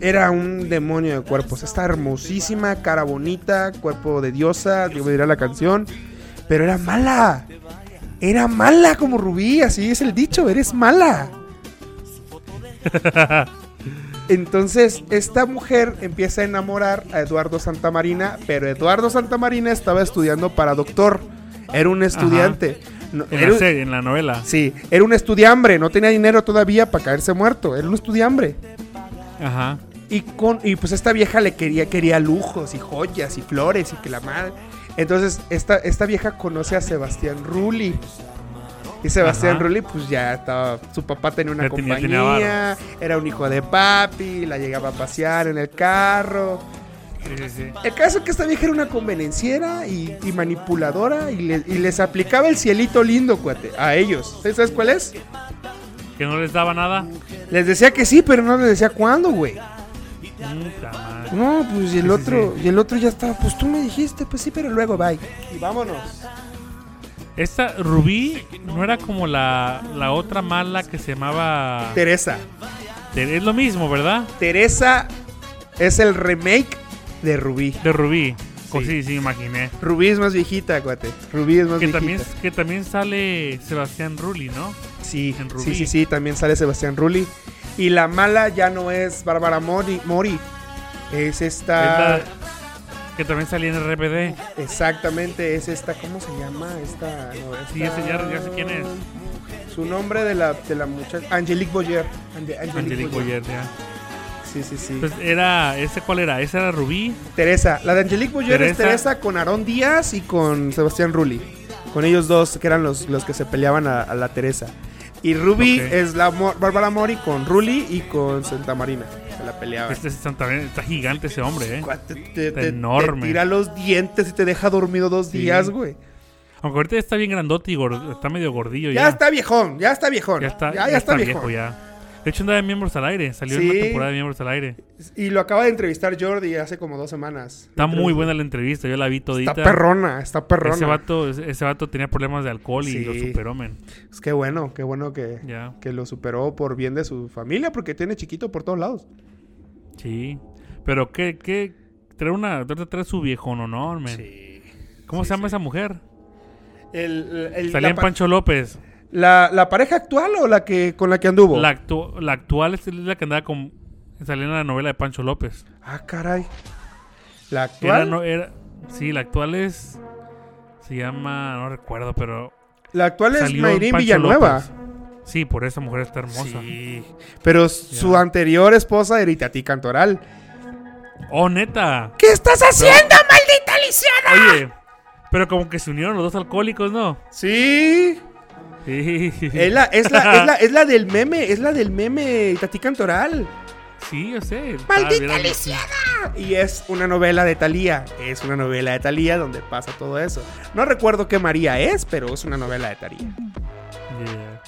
Speaker 4: era un demonio de cuerpos, está hermosísima, cara bonita, cuerpo de diosa, yo me dirá la canción, pero era mala. Era mala como Rubí, así es el dicho, eres mala. Entonces, esta mujer empieza a enamorar a Eduardo Santamarina, pero Eduardo Santamarina estaba estudiando para doctor. Era un estudiante. No,
Speaker 5: En
Speaker 4: era
Speaker 5: la
Speaker 4: un-
Speaker 5: serie, en la novela.
Speaker 4: sí, era un estudiambre, no tenía dinero todavía para caerse muerto, era un estudiambre.
Speaker 5: Ajá.
Speaker 4: Y, con, y pues esta vieja le quería, quería lujos y joyas y flores y que la madre. Entonces esta, esta vieja conoce a Sebastián Rulli. Y Sebastián
Speaker 5: Ajá.
Speaker 4: Rulli pues ya estaba, su papá tenía una
Speaker 5: Ya tenía- tenía
Speaker 4: compañía, era un hijo de papi, la llegaba a pasear en el carro.
Speaker 5: Sí, sí, sí.
Speaker 4: El caso es que esta vieja era una convenenciera y, y manipuladora y, le- y les aplicaba el cielito lindo, cuate, a ellos. ¿Sí ¿Sabes cuál es?
Speaker 5: Que no les daba nada.
Speaker 4: Les decía que sí, pero no les decía cuándo, güey.
Speaker 5: Puta madre.
Speaker 4: No, pues y el
Speaker 5: Sí, sí,
Speaker 4: otro,
Speaker 5: sí.
Speaker 4: y el otro ya estaba, pues tú me dijiste, pues sí, pero luego bye. Y vámonos.
Speaker 5: Ah. Esta Rubí no era como la, la otra mala que se llamaba...
Speaker 4: Teresa.
Speaker 5: Te- Es lo mismo, ¿verdad?
Speaker 4: Teresa es el remake de Rubí.
Speaker 5: De Rubí. Oh,
Speaker 4: Sí.
Speaker 5: sí, sí, imaginé.
Speaker 4: Rubí es más viejita, cuate. Rubí es más
Speaker 5: Que
Speaker 4: viejita.
Speaker 5: también, que también sale Sebastián Rulli, ¿no?
Speaker 4: Sí,
Speaker 5: en
Speaker 4: sí,
Speaker 5: Rubí.
Speaker 4: sí, sí, también sale Sebastián Rulli. Y la mala ya no es Bárbara Mori, Mori. Es esta.
Speaker 5: Es la- que también salía en RBD.
Speaker 4: Exactamente, es esta. ¿Cómo se llama? Esta. no,
Speaker 5: Sí,
Speaker 4: esta-
Speaker 5: ese ya- ya sé quién es.
Speaker 4: Su nombre de la, de la muchacha. Angelique Boyer. Ange- Angelique,
Speaker 5: Angelique Pues, Boyer, ya.
Speaker 4: Sí, sí, sí.
Speaker 5: Entonces era, ¿ese cuál era? ¿Ese era Rubí?
Speaker 4: Teresa. La de Angelique Boyer es
Speaker 5: Teresa.
Speaker 4: Teresa con Aarón Díaz y con Sebastián Rulli. Con ellos dos, que eran los, los que se peleaban a, a la Teresa. Y Ruby
Speaker 5: Ok.
Speaker 4: es la Mo- Bárbara Mori con Rulli y con Santa Marina. Se la peleaban.
Speaker 5: Este es Santa- está gigante ese hombre, ¿eh?
Speaker 4: Cuate, te,
Speaker 5: Está
Speaker 4: te-
Speaker 5: enorme.
Speaker 4: te tira los dientes y te deja dormido dos
Speaker 5: Sí.
Speaker 4: días, güey.
Speaker 5: Aunque ahorita está bien grandote y gordo- está medio gordillo ya.
Speaker 4: Ya está viejón, ya está viejón.
Speaker 5: Ya está,
Speaker 4: ya, ya está viejón.
Speaker 5: ya. De hecho, andaba en Miembros al Aire. Salió en
Speaker 4: Sí.
Speaker 5: una temporada de Miembros al Aire.
Speaker 4: Y lo acaba de entrevistar Jordi hace como dos semanas.
Speaker 5: Está muy buena la entrevista. Yo la vi todita.
Speaker 4: Está perrona, está perrona.
Speaker 5: Ese vato, ese ese vato tenía problemas de alcohol y
Speaker 4: Sí.
Speaker 5: lo superó, men.
Speaker 4: Es que bueno, qué bueno que,
Speaker 5: Ya.
Speaker 4: que lo superó por bien de su familia, porque tiene chiquito por todos lados.
Speaker 5: Sí. Pero qué, qué. Trae una. Trae trae su viejo no, men. ¿Cómo se llama esa mujer?
Speaker 4: El, el-
Speaker 5: Salía
Speaker 4: la,
Speaker 5: en
Speaker 4: pa-
Speaker 5: Pancho López.
Speaker 4: la- la pareja actual o la que con la que anduvo?
Speaker 5: La, actu- la actual es la que andaba con. Salía en la novela de Pancho López.
Speaker 4: Ah, caray. La actual.
Speaker 5: Era, no, era, sí, la actual es. Se llama. No recuerdo, pero.
Speaker 4: la actual es
Speaker 5: salió en
Speaker 4: Mayrín
Speaker 5: Pancho
Speaker 4: Villanueva.
Speaker 5: López. Sí, por esa mujer está hermosa.
Speaker 4: Sí. Pero su
Speaker 5: Ya.
Speaker 4: anterior esposa era Itatí Cantoral.
Speaker 5: Oh, neta.
Speaker 4: ¿Qué estás haciendo, maldita lisiada?
Speaker 5: Oye, pero como que se unieron los dos alcohólicos, ¿no?
Speaker 4: Sí.
Speaker 5: Sí.
Speaker 4: Es la, es, la, es, la, es la del meme, es la del meme Itatí Cantoral.
Speaker 5: Sí, yo sé.
Speaker 4: ¡Maldita
Speaker 5: Ah, mira,
Speaker 4: lisiada! Y es una novela de Thalía. Es una novela de Thalía donde pasa todo eso. No recuerdo qué María es, pero es una novela de Thalía.
Speaker 5: yeah.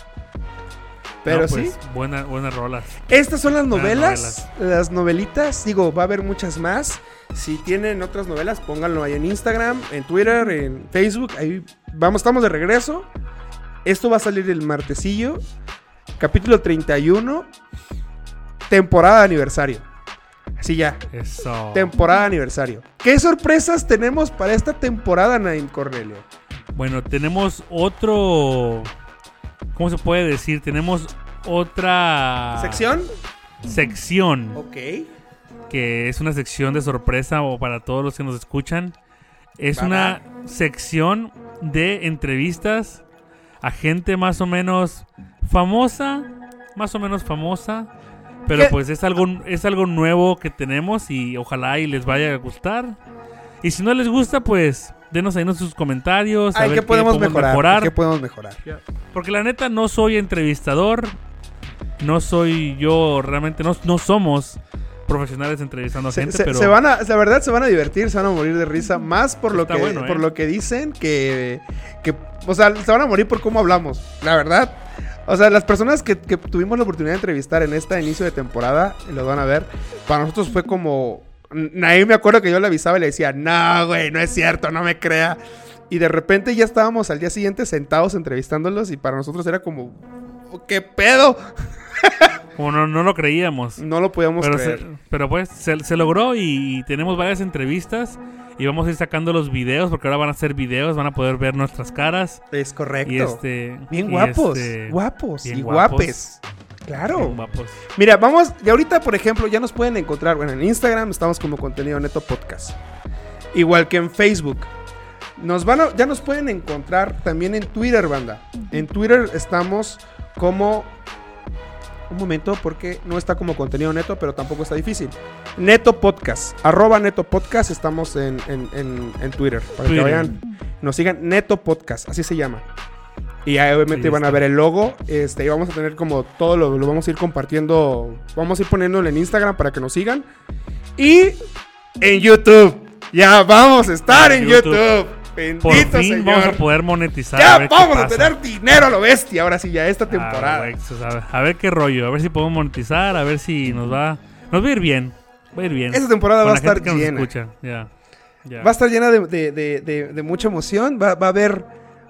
Speaker 4: Pero
Speaker 5: No, pues,
Speaker 4: sí.
Speaker 5: Buena, buenas rolas.
Speaker 4: Estas son las
Speaker 5: Las
Speaker 4: novelas, las novelitas. Digo, va a haber muchas más. Si tienen otras novelas, pónganlo ahí en Instagram, en Twitter, en Facebook. Ahí vamos, estamos de regreso. Esto va a salir el martesillo, capítulo 31, temporada de aniversario. Así ya,
Speaker 5: Eso.
Speaker 4: temporada de aniversario. ¿Qué sorpresas tenemos para esta temporada, Naim Cornelio?
Speaker 5: Bueno, tenemos otro. ¿Cómo se puede decir? Tenemos otra.
Speaker 4: ¿Sección?
Speaker 5: Sección.
Speaker 4: Ok.
Speaker 5: Que es una sección de sorpresa o para todos los que nos escuchan. Es
Speaker 4: Va,
Speaker 5: una sección de entrevistas a gente más o menos famosa. Más o menos famosa. Pero
Speaker 4: ¿Qué?
Speaker 5: pues es algo, es algo nuevo que tenemos y ojalá y les vaya a gustar. Y si no les gusta, pues denos ahí sus comentarios. a
Speaker 4: Ay,
Speaker 5: ver
Speaker 4: ¿qué podemos mejorar?
Speaker 5: mejorar.
Speaker 4: ¿Qué podemos mejorar?
Speaker 5: Porque la neta no soy entrevistador. No soy yo, realmente no, no somos profesionales entrevistando a
Speaker 4: Se,
Speaker 5: gente,
Speaker 4: se-
Speaker 5: pero
Speaker 4: se van a, la verdad se van a divertir, se van a morir de risa, más por lo
Speaker 5: Está
Speaker 4: que
Speaker 5: bueno, ¿eh?
Speaker 4: por lo que dicen que, que o sea, se van a morir por cómo hablamos, la verdad. O sea, las personas que, que tuvimos la oportunidad de entrevistar en este inicio de temporada, y los van a ver, para nosotros fue como Naim me acuerdo que yo le avisaba y le decía, "No, güey, no es cierto, no me crea." Y de repente ya estábamos al día siguiente sentados entrevistándolos y para nosotros era como ¿Qué pedo?
Speaker 5: como no, no lo creíamos.
Speaker 4: No lo podíamos
Speaker 5: Pero,
Speaker 4: creer.
Speaker 5: se- pero pues se, se logró y, y tenemos varias entrevistas y vamos a ir sacando los videos porque ahora van a ser videos, van a poder ver nuestras caras.
Speaker 4: Es correcto.
Speaker 5: Y este,
Speaker 4: Bien
Speaker 5: y
Speaker 4: guapos,
Speaker 5: este,
Speaker 4: guapos
Speaker 5: bien
Speaker 4: y
Speaker 5: guapos.
Speaker 4: guapes. Claro.
Speaker 5: bien guapos.
Speaker 4: Mira, vamos, y ahorita, por ejemplo, ya nos pueden encontrar, bueno, en Instagram estamos como contenido neto podcast. Igual que en Facebook. Nos van a- ya nos pueden encontrar también en Twitter, banda. En Twitter estamos como un momento, porque no está como contenido neto, pero tampoco está difícil. Neto Podcast. Arroba Neto Podcast. Estamos en, en- en- en Twitter. Para
Speaker 5: Twitter.
Speaker 4: que vayan. Nos sigan Neto Podcast. Así se llama. Y ahí obviamente
Speaker 5: Ahí
Speaker 4: van a
Speaker 5: está.
Speaker 4: ver el logo. Este, y vamos a tener como todo lo, lo vamos a ir compartiendo. Vamos a ir poniéndolo en Instagram para que nos sigan. Y en YouTube. Ya vamos a estar en YouTube.
Speaker 5: YouTube.
Speaker 4: Bendito
Speaker 5: Por fin
Speaker 4: señor.
Speaker 5: vamos a poder monetizar.
Speaker 4: ya
Speaker 5: ver qué
Speaker 4: vamos a
Speaker 5: pasa.
Speaker 4: tener dinero a lo bestia. Ahora sí, ya esta
Speaker 5: Ah,
Speaker 4: temporada.
Speaker 5: güey, pues, a, ver, a ver qué rollo, a ver si podemos monetizar, a ver si nos va, nos va a ir bien, va a ir bien.
Speaker 4: Esta temporada
Speaker 5: Con
Speaker 4: va
Speaker 5: la
Speaker 4: a estar
Speaker 5: gente que nos
Speaker 4: llena.
Speaker 5: escucha, ya, ya.
Speaker 4: Va a estar llena de, de- de- de- de mucha emoción. Va, va a haber,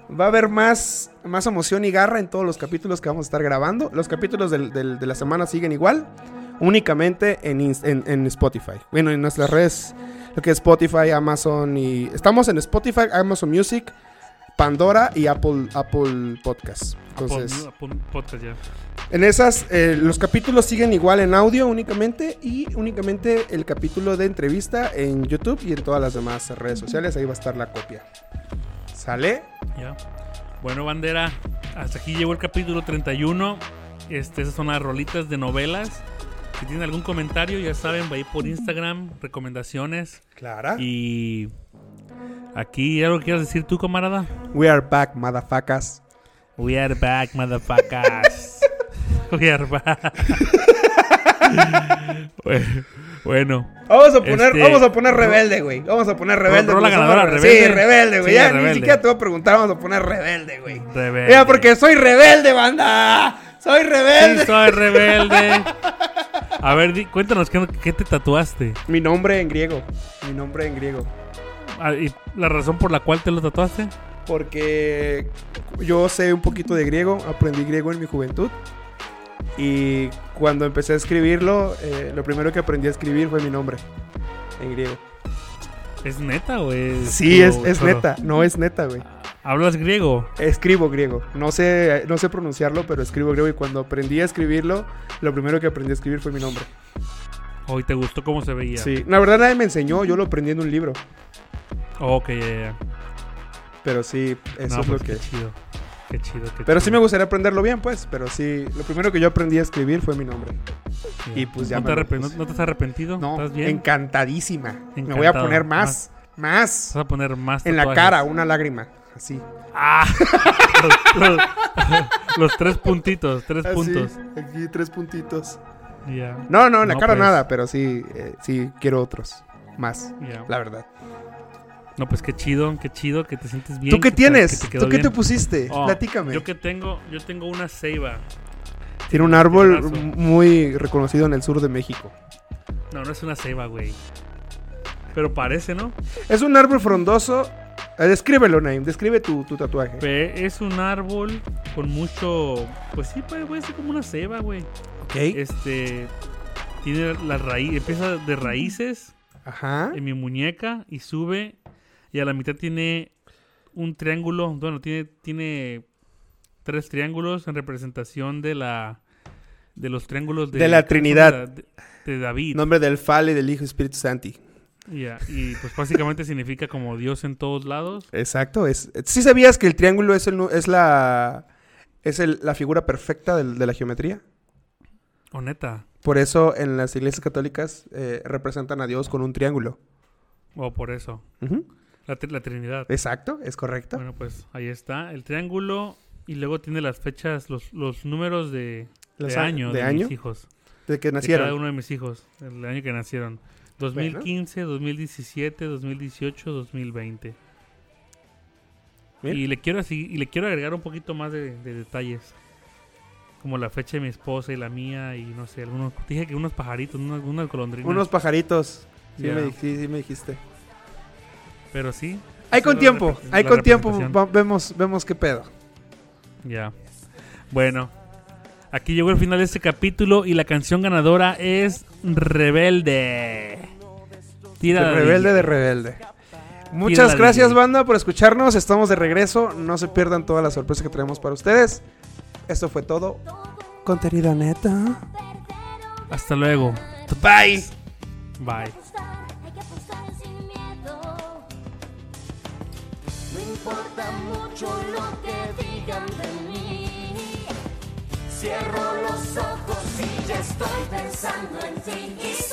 Speaker 4: va a haber más, más emoción y garra en todos los capítulos que vamos a estar grabando. Los capítulos del- del- de la semana siguen igual, únicamente en, Ins- en- en Spotify. Bueno, en nuestras redes, lo que es Spotify, Amazon y. Estamos en Spotify, Amazon Music, Pandora y Apple, Apple Podcast. Entonces.
Speaker 5: Pon- pon podcast ya.
Speaker 4: En esas, eh, los capítulos siguen igual en audio únicamente y únicamente el capítulo de entrevista en YouTube y en todas las demás redes sociales. Ahí va a estar la copia. ¿Sale?
Speaker 5: Ya. Bueno, bandera, hasta aquí llegó el capítulo 31. Este, esas son las rolitas de novelas. Si tienen algún comentario, ya saben, va a ir por Instagram, recomendaciones.
Speaker 4: Clara.
Speaker 5: Y aquí, ¿algo quieres decir tú, camarada?
Speaker 4: We are back, motherfuckers.
Speaker 5: We are back, motherfuckers. We are back. Bueno, bueno,
Speaker 4: Vamos a poner,
Speaker 5: Este-
Speaker 4: vamos a poner rebelde, güey. Vamos a poner rebelde.
Speaker 5: Rola
Speaker 4: pues,
Speaker 5: ganadora,
Speaker 4: vamos a-
Speaker 5: Rebelde.
Speaker 4: Sí, rebelde, güey.
Speaker 5: Sí,
Speaker 4: ya
Speaker 5: Rebelde.
Speaker 4: ni siquiera te voy a preguntar, vamos a poner rebelde, güey.
Speaker 5: rebelde.
Speaker 4: Mira, porque soy rebelde, banda. Soy rebelde.
Speaker 5: Sí, soy rebelde. A ver, di- cuéntanos, ¿qué, qué te tatuaste?
Speaker 4: Mi nombre en griego. Mi nombre en griego.
Speaker 5: Ah, ¿Y la razón por la cual te lo tatuaste?
Speaker 4: porque yo sé un poquito de griego, aprendí griego en mi juventud. Y cuando empecé a escribirlo, eh, lo primero que aprendí a escribir fue mi nombre en griego.
Speaker 5: ¿Es neta o es.?
Speaker 4: Sí, es,
Speaker 5: o
Speaker 4: es
Speaker 5: solo-
Speaker 4: neta, no es neta, güey.
Speaker 5: ¿Hablas griego?
Speaker 4: Escribo griego, no sé, no sé pronunciarlo, pero escribo griego. Y cuando aprendí a escribirlo, lo primero que aprendí a escribir fue mi nombre.
Speaker 5: ¿Hoy te gustó cómo se veía?
Speaker 4: Sí, la verdad nadie me enseñó, yo lo aprendí en un libro.
Speaker 5: Oh, Ok, ya, ya, ya.
Speaker 4: Pero sí, eso
Speaker 5: No,
Speaker 4: es
Speaker 5: pues,
Speaker 4: lo que.
Speaker 5: Qué chido. Qué chido. qué
Speaker 4: Pero sí me
Speaker 5: chido.
Speaker 4: gustaría aprenderlo bien, pues. Pero sí, lo primero que yo aprendí a escribir fue mi nombre.
Speaker 5: Ya.
Speaker 4: y pues ya
Speaker 5: ¿No,
Speaker 4: me
Speaker 5: te
Speaker 4: lo
Speaker 5: arrep- no-
Speaker 4: puse.
Speaker 5: no te has arrepentido?
Speaker 4: No,
Speaker 5: ¿Estás bien?
Speaker 4: encantadísima. Me voy a
Speaker 5: Encantado.
Speaker 4: poner más, más,
Speaker 5: Vas a poner más
Speaker 4: en la
Speaker 5: tatuajes.
Speaker 4: cara, una lágrima, así.
Speaker 5: ¡Ah! los, los- los tres puntitos, tres
Speaker 4: Así,
Speaker 5: puntos.
Speaker 4: Ah, Aquí tres puntitos.
Speaker 5: Ya.
Speaker 4: No, no, en la cara
Speaker 5: pues,
Speaker 4: nada, pero sí, eh, sí quiero otros, más,
Speaker 5: ya.
Speaker 4: la verdad.
Speaker 5: No, pues qué chido, qué chido que te sientes bien.
Speaker 4: ¿Tú qué
Speaker 5: que te-
Speaker 4: tienes?
Speaker 5: que te quedó
Speaker 4: ¿Tú qué te
Speaker 5: bien.
Speaker 4: pusiste?
Speaker 5: Oh,
Speaker 4: Platícame.
Speaker 5: Yo que tengo, yo tengo una ceiba.
Speaker 4: Tiene un árbol
Speaker 5: Tiene un
Speaker 4: muy reconocido en el sur de México.
Speaker 5: No, no es una ceiba, güey. Pero parece, ¿no?
Speaker 4: Es un árbol frondoso. Eh, Descríbelo, Naim. Describe tu, tu tatuaje.
Speaker 5: Pe- Es un árbol con mucho. Pues sí, puede, puede ser como una ceiba, güey.
Speaker 4: Ok.
Speaker 5: Este. Tiene la raíz. Empieza de raíces
Speaker 4: Ajá.
Speaker 5: en mi muñeca y sube. Y a la mitad tiene un triángulo. Bueno, tiene, tiene tres triángulos en representación de la. De los triángulos de,
Speaker 4: De la
Speaker 5: creo que son
Speaker 4: Trinidad.
Speaker 5: De, de David.
Speaker 4: Nombre del Fale, del Hijo y Espíritu Santi.
Speaker 5: Ya, Y pues básicamente significa como Dios en todos lados.
Speaker 4: Exacto. Es, ¿Sí sabías que el triángulo es, el nu- es la es el- la figura perfecta del- de la geometría?
Speaker 5: O neta.
Speaker 4: Por eso en las iglesias católicas eh, representan a Dios con un triángulo.
Speaker 5: O por eso.
Speaker 4: Ujú.
Speaker 5: La, tri- la Trinidad.
Speaker 4: Exacto, es correcto.
Speaker 5: Bueno, pues ahí está. El triángulo. Y luego tiene las fechas, los, los números de,
Speaker 4: Los
Speaker 5: de
Speaker 4: a-
Speaker 5: año
Speaker 4: de
Speaker 5: de,
Speaker 4: año.
Speaker 5: mis hijos.
Speaker 4: De que
Speaker 5: De cada
Speaker 4: nacieron.
Speaker 5: uno de mis hijos. El año que nacieron. 2015, 2017, 2018, 2020.
Speaker 4: Bien.
Speaker 5: Y le quiero así, y le quiero agregar un poquito más de, de detalles. Como la fecha de mi esposa y la mía y no sé, algunos te dije que unos pajaritos, unas, unas golondrinas.
Speaker 4: Unos pajaritos. Sí,
Speaker 5: Ya.
Speaker 4: me, dij- sí, sí me dijiste.
Speaker 5: pero sí.
Speaker 4: Ahí
Speaker 5: esa
Speaker 4: con
Speaker 5: es la
Speaker 4: tiempo,
Speaker 5: repre-
Speaker 4: ahí
Speaker 5: la
Speaker 4: con tiempo
Speaker 5: representación.
Speaker 4: va- vemos, vemos qué pedo.
Speaker 5: Ya. Bueno, aquí llegó el final de este capítulo y la canción ganadora es Rebelde. Tira
Speaker 4: De
Speaker 5: la
Speaker 4: rebelde de
Speaker 5: DJ.
Speaker 4: rebelde. Muchas
Speaker 5: la
Speaker 4: gracias,
Speaker 5: DJ.
Speaker 4: banda, por escucharnos. Estamos de regreso. No se pierdan todas las sorpresas que tenemos para ustedes. Esto fue todo. Contenido neta.
Speaker 5: Hasta luego.
Speaker 4: Bye.
Speaker 5: Bye.
Speaker 11: Hay que apostar sin miedo. No importa mucho lo que digan de mí. Cierro los ojos y ya estoy pensando en ti. Y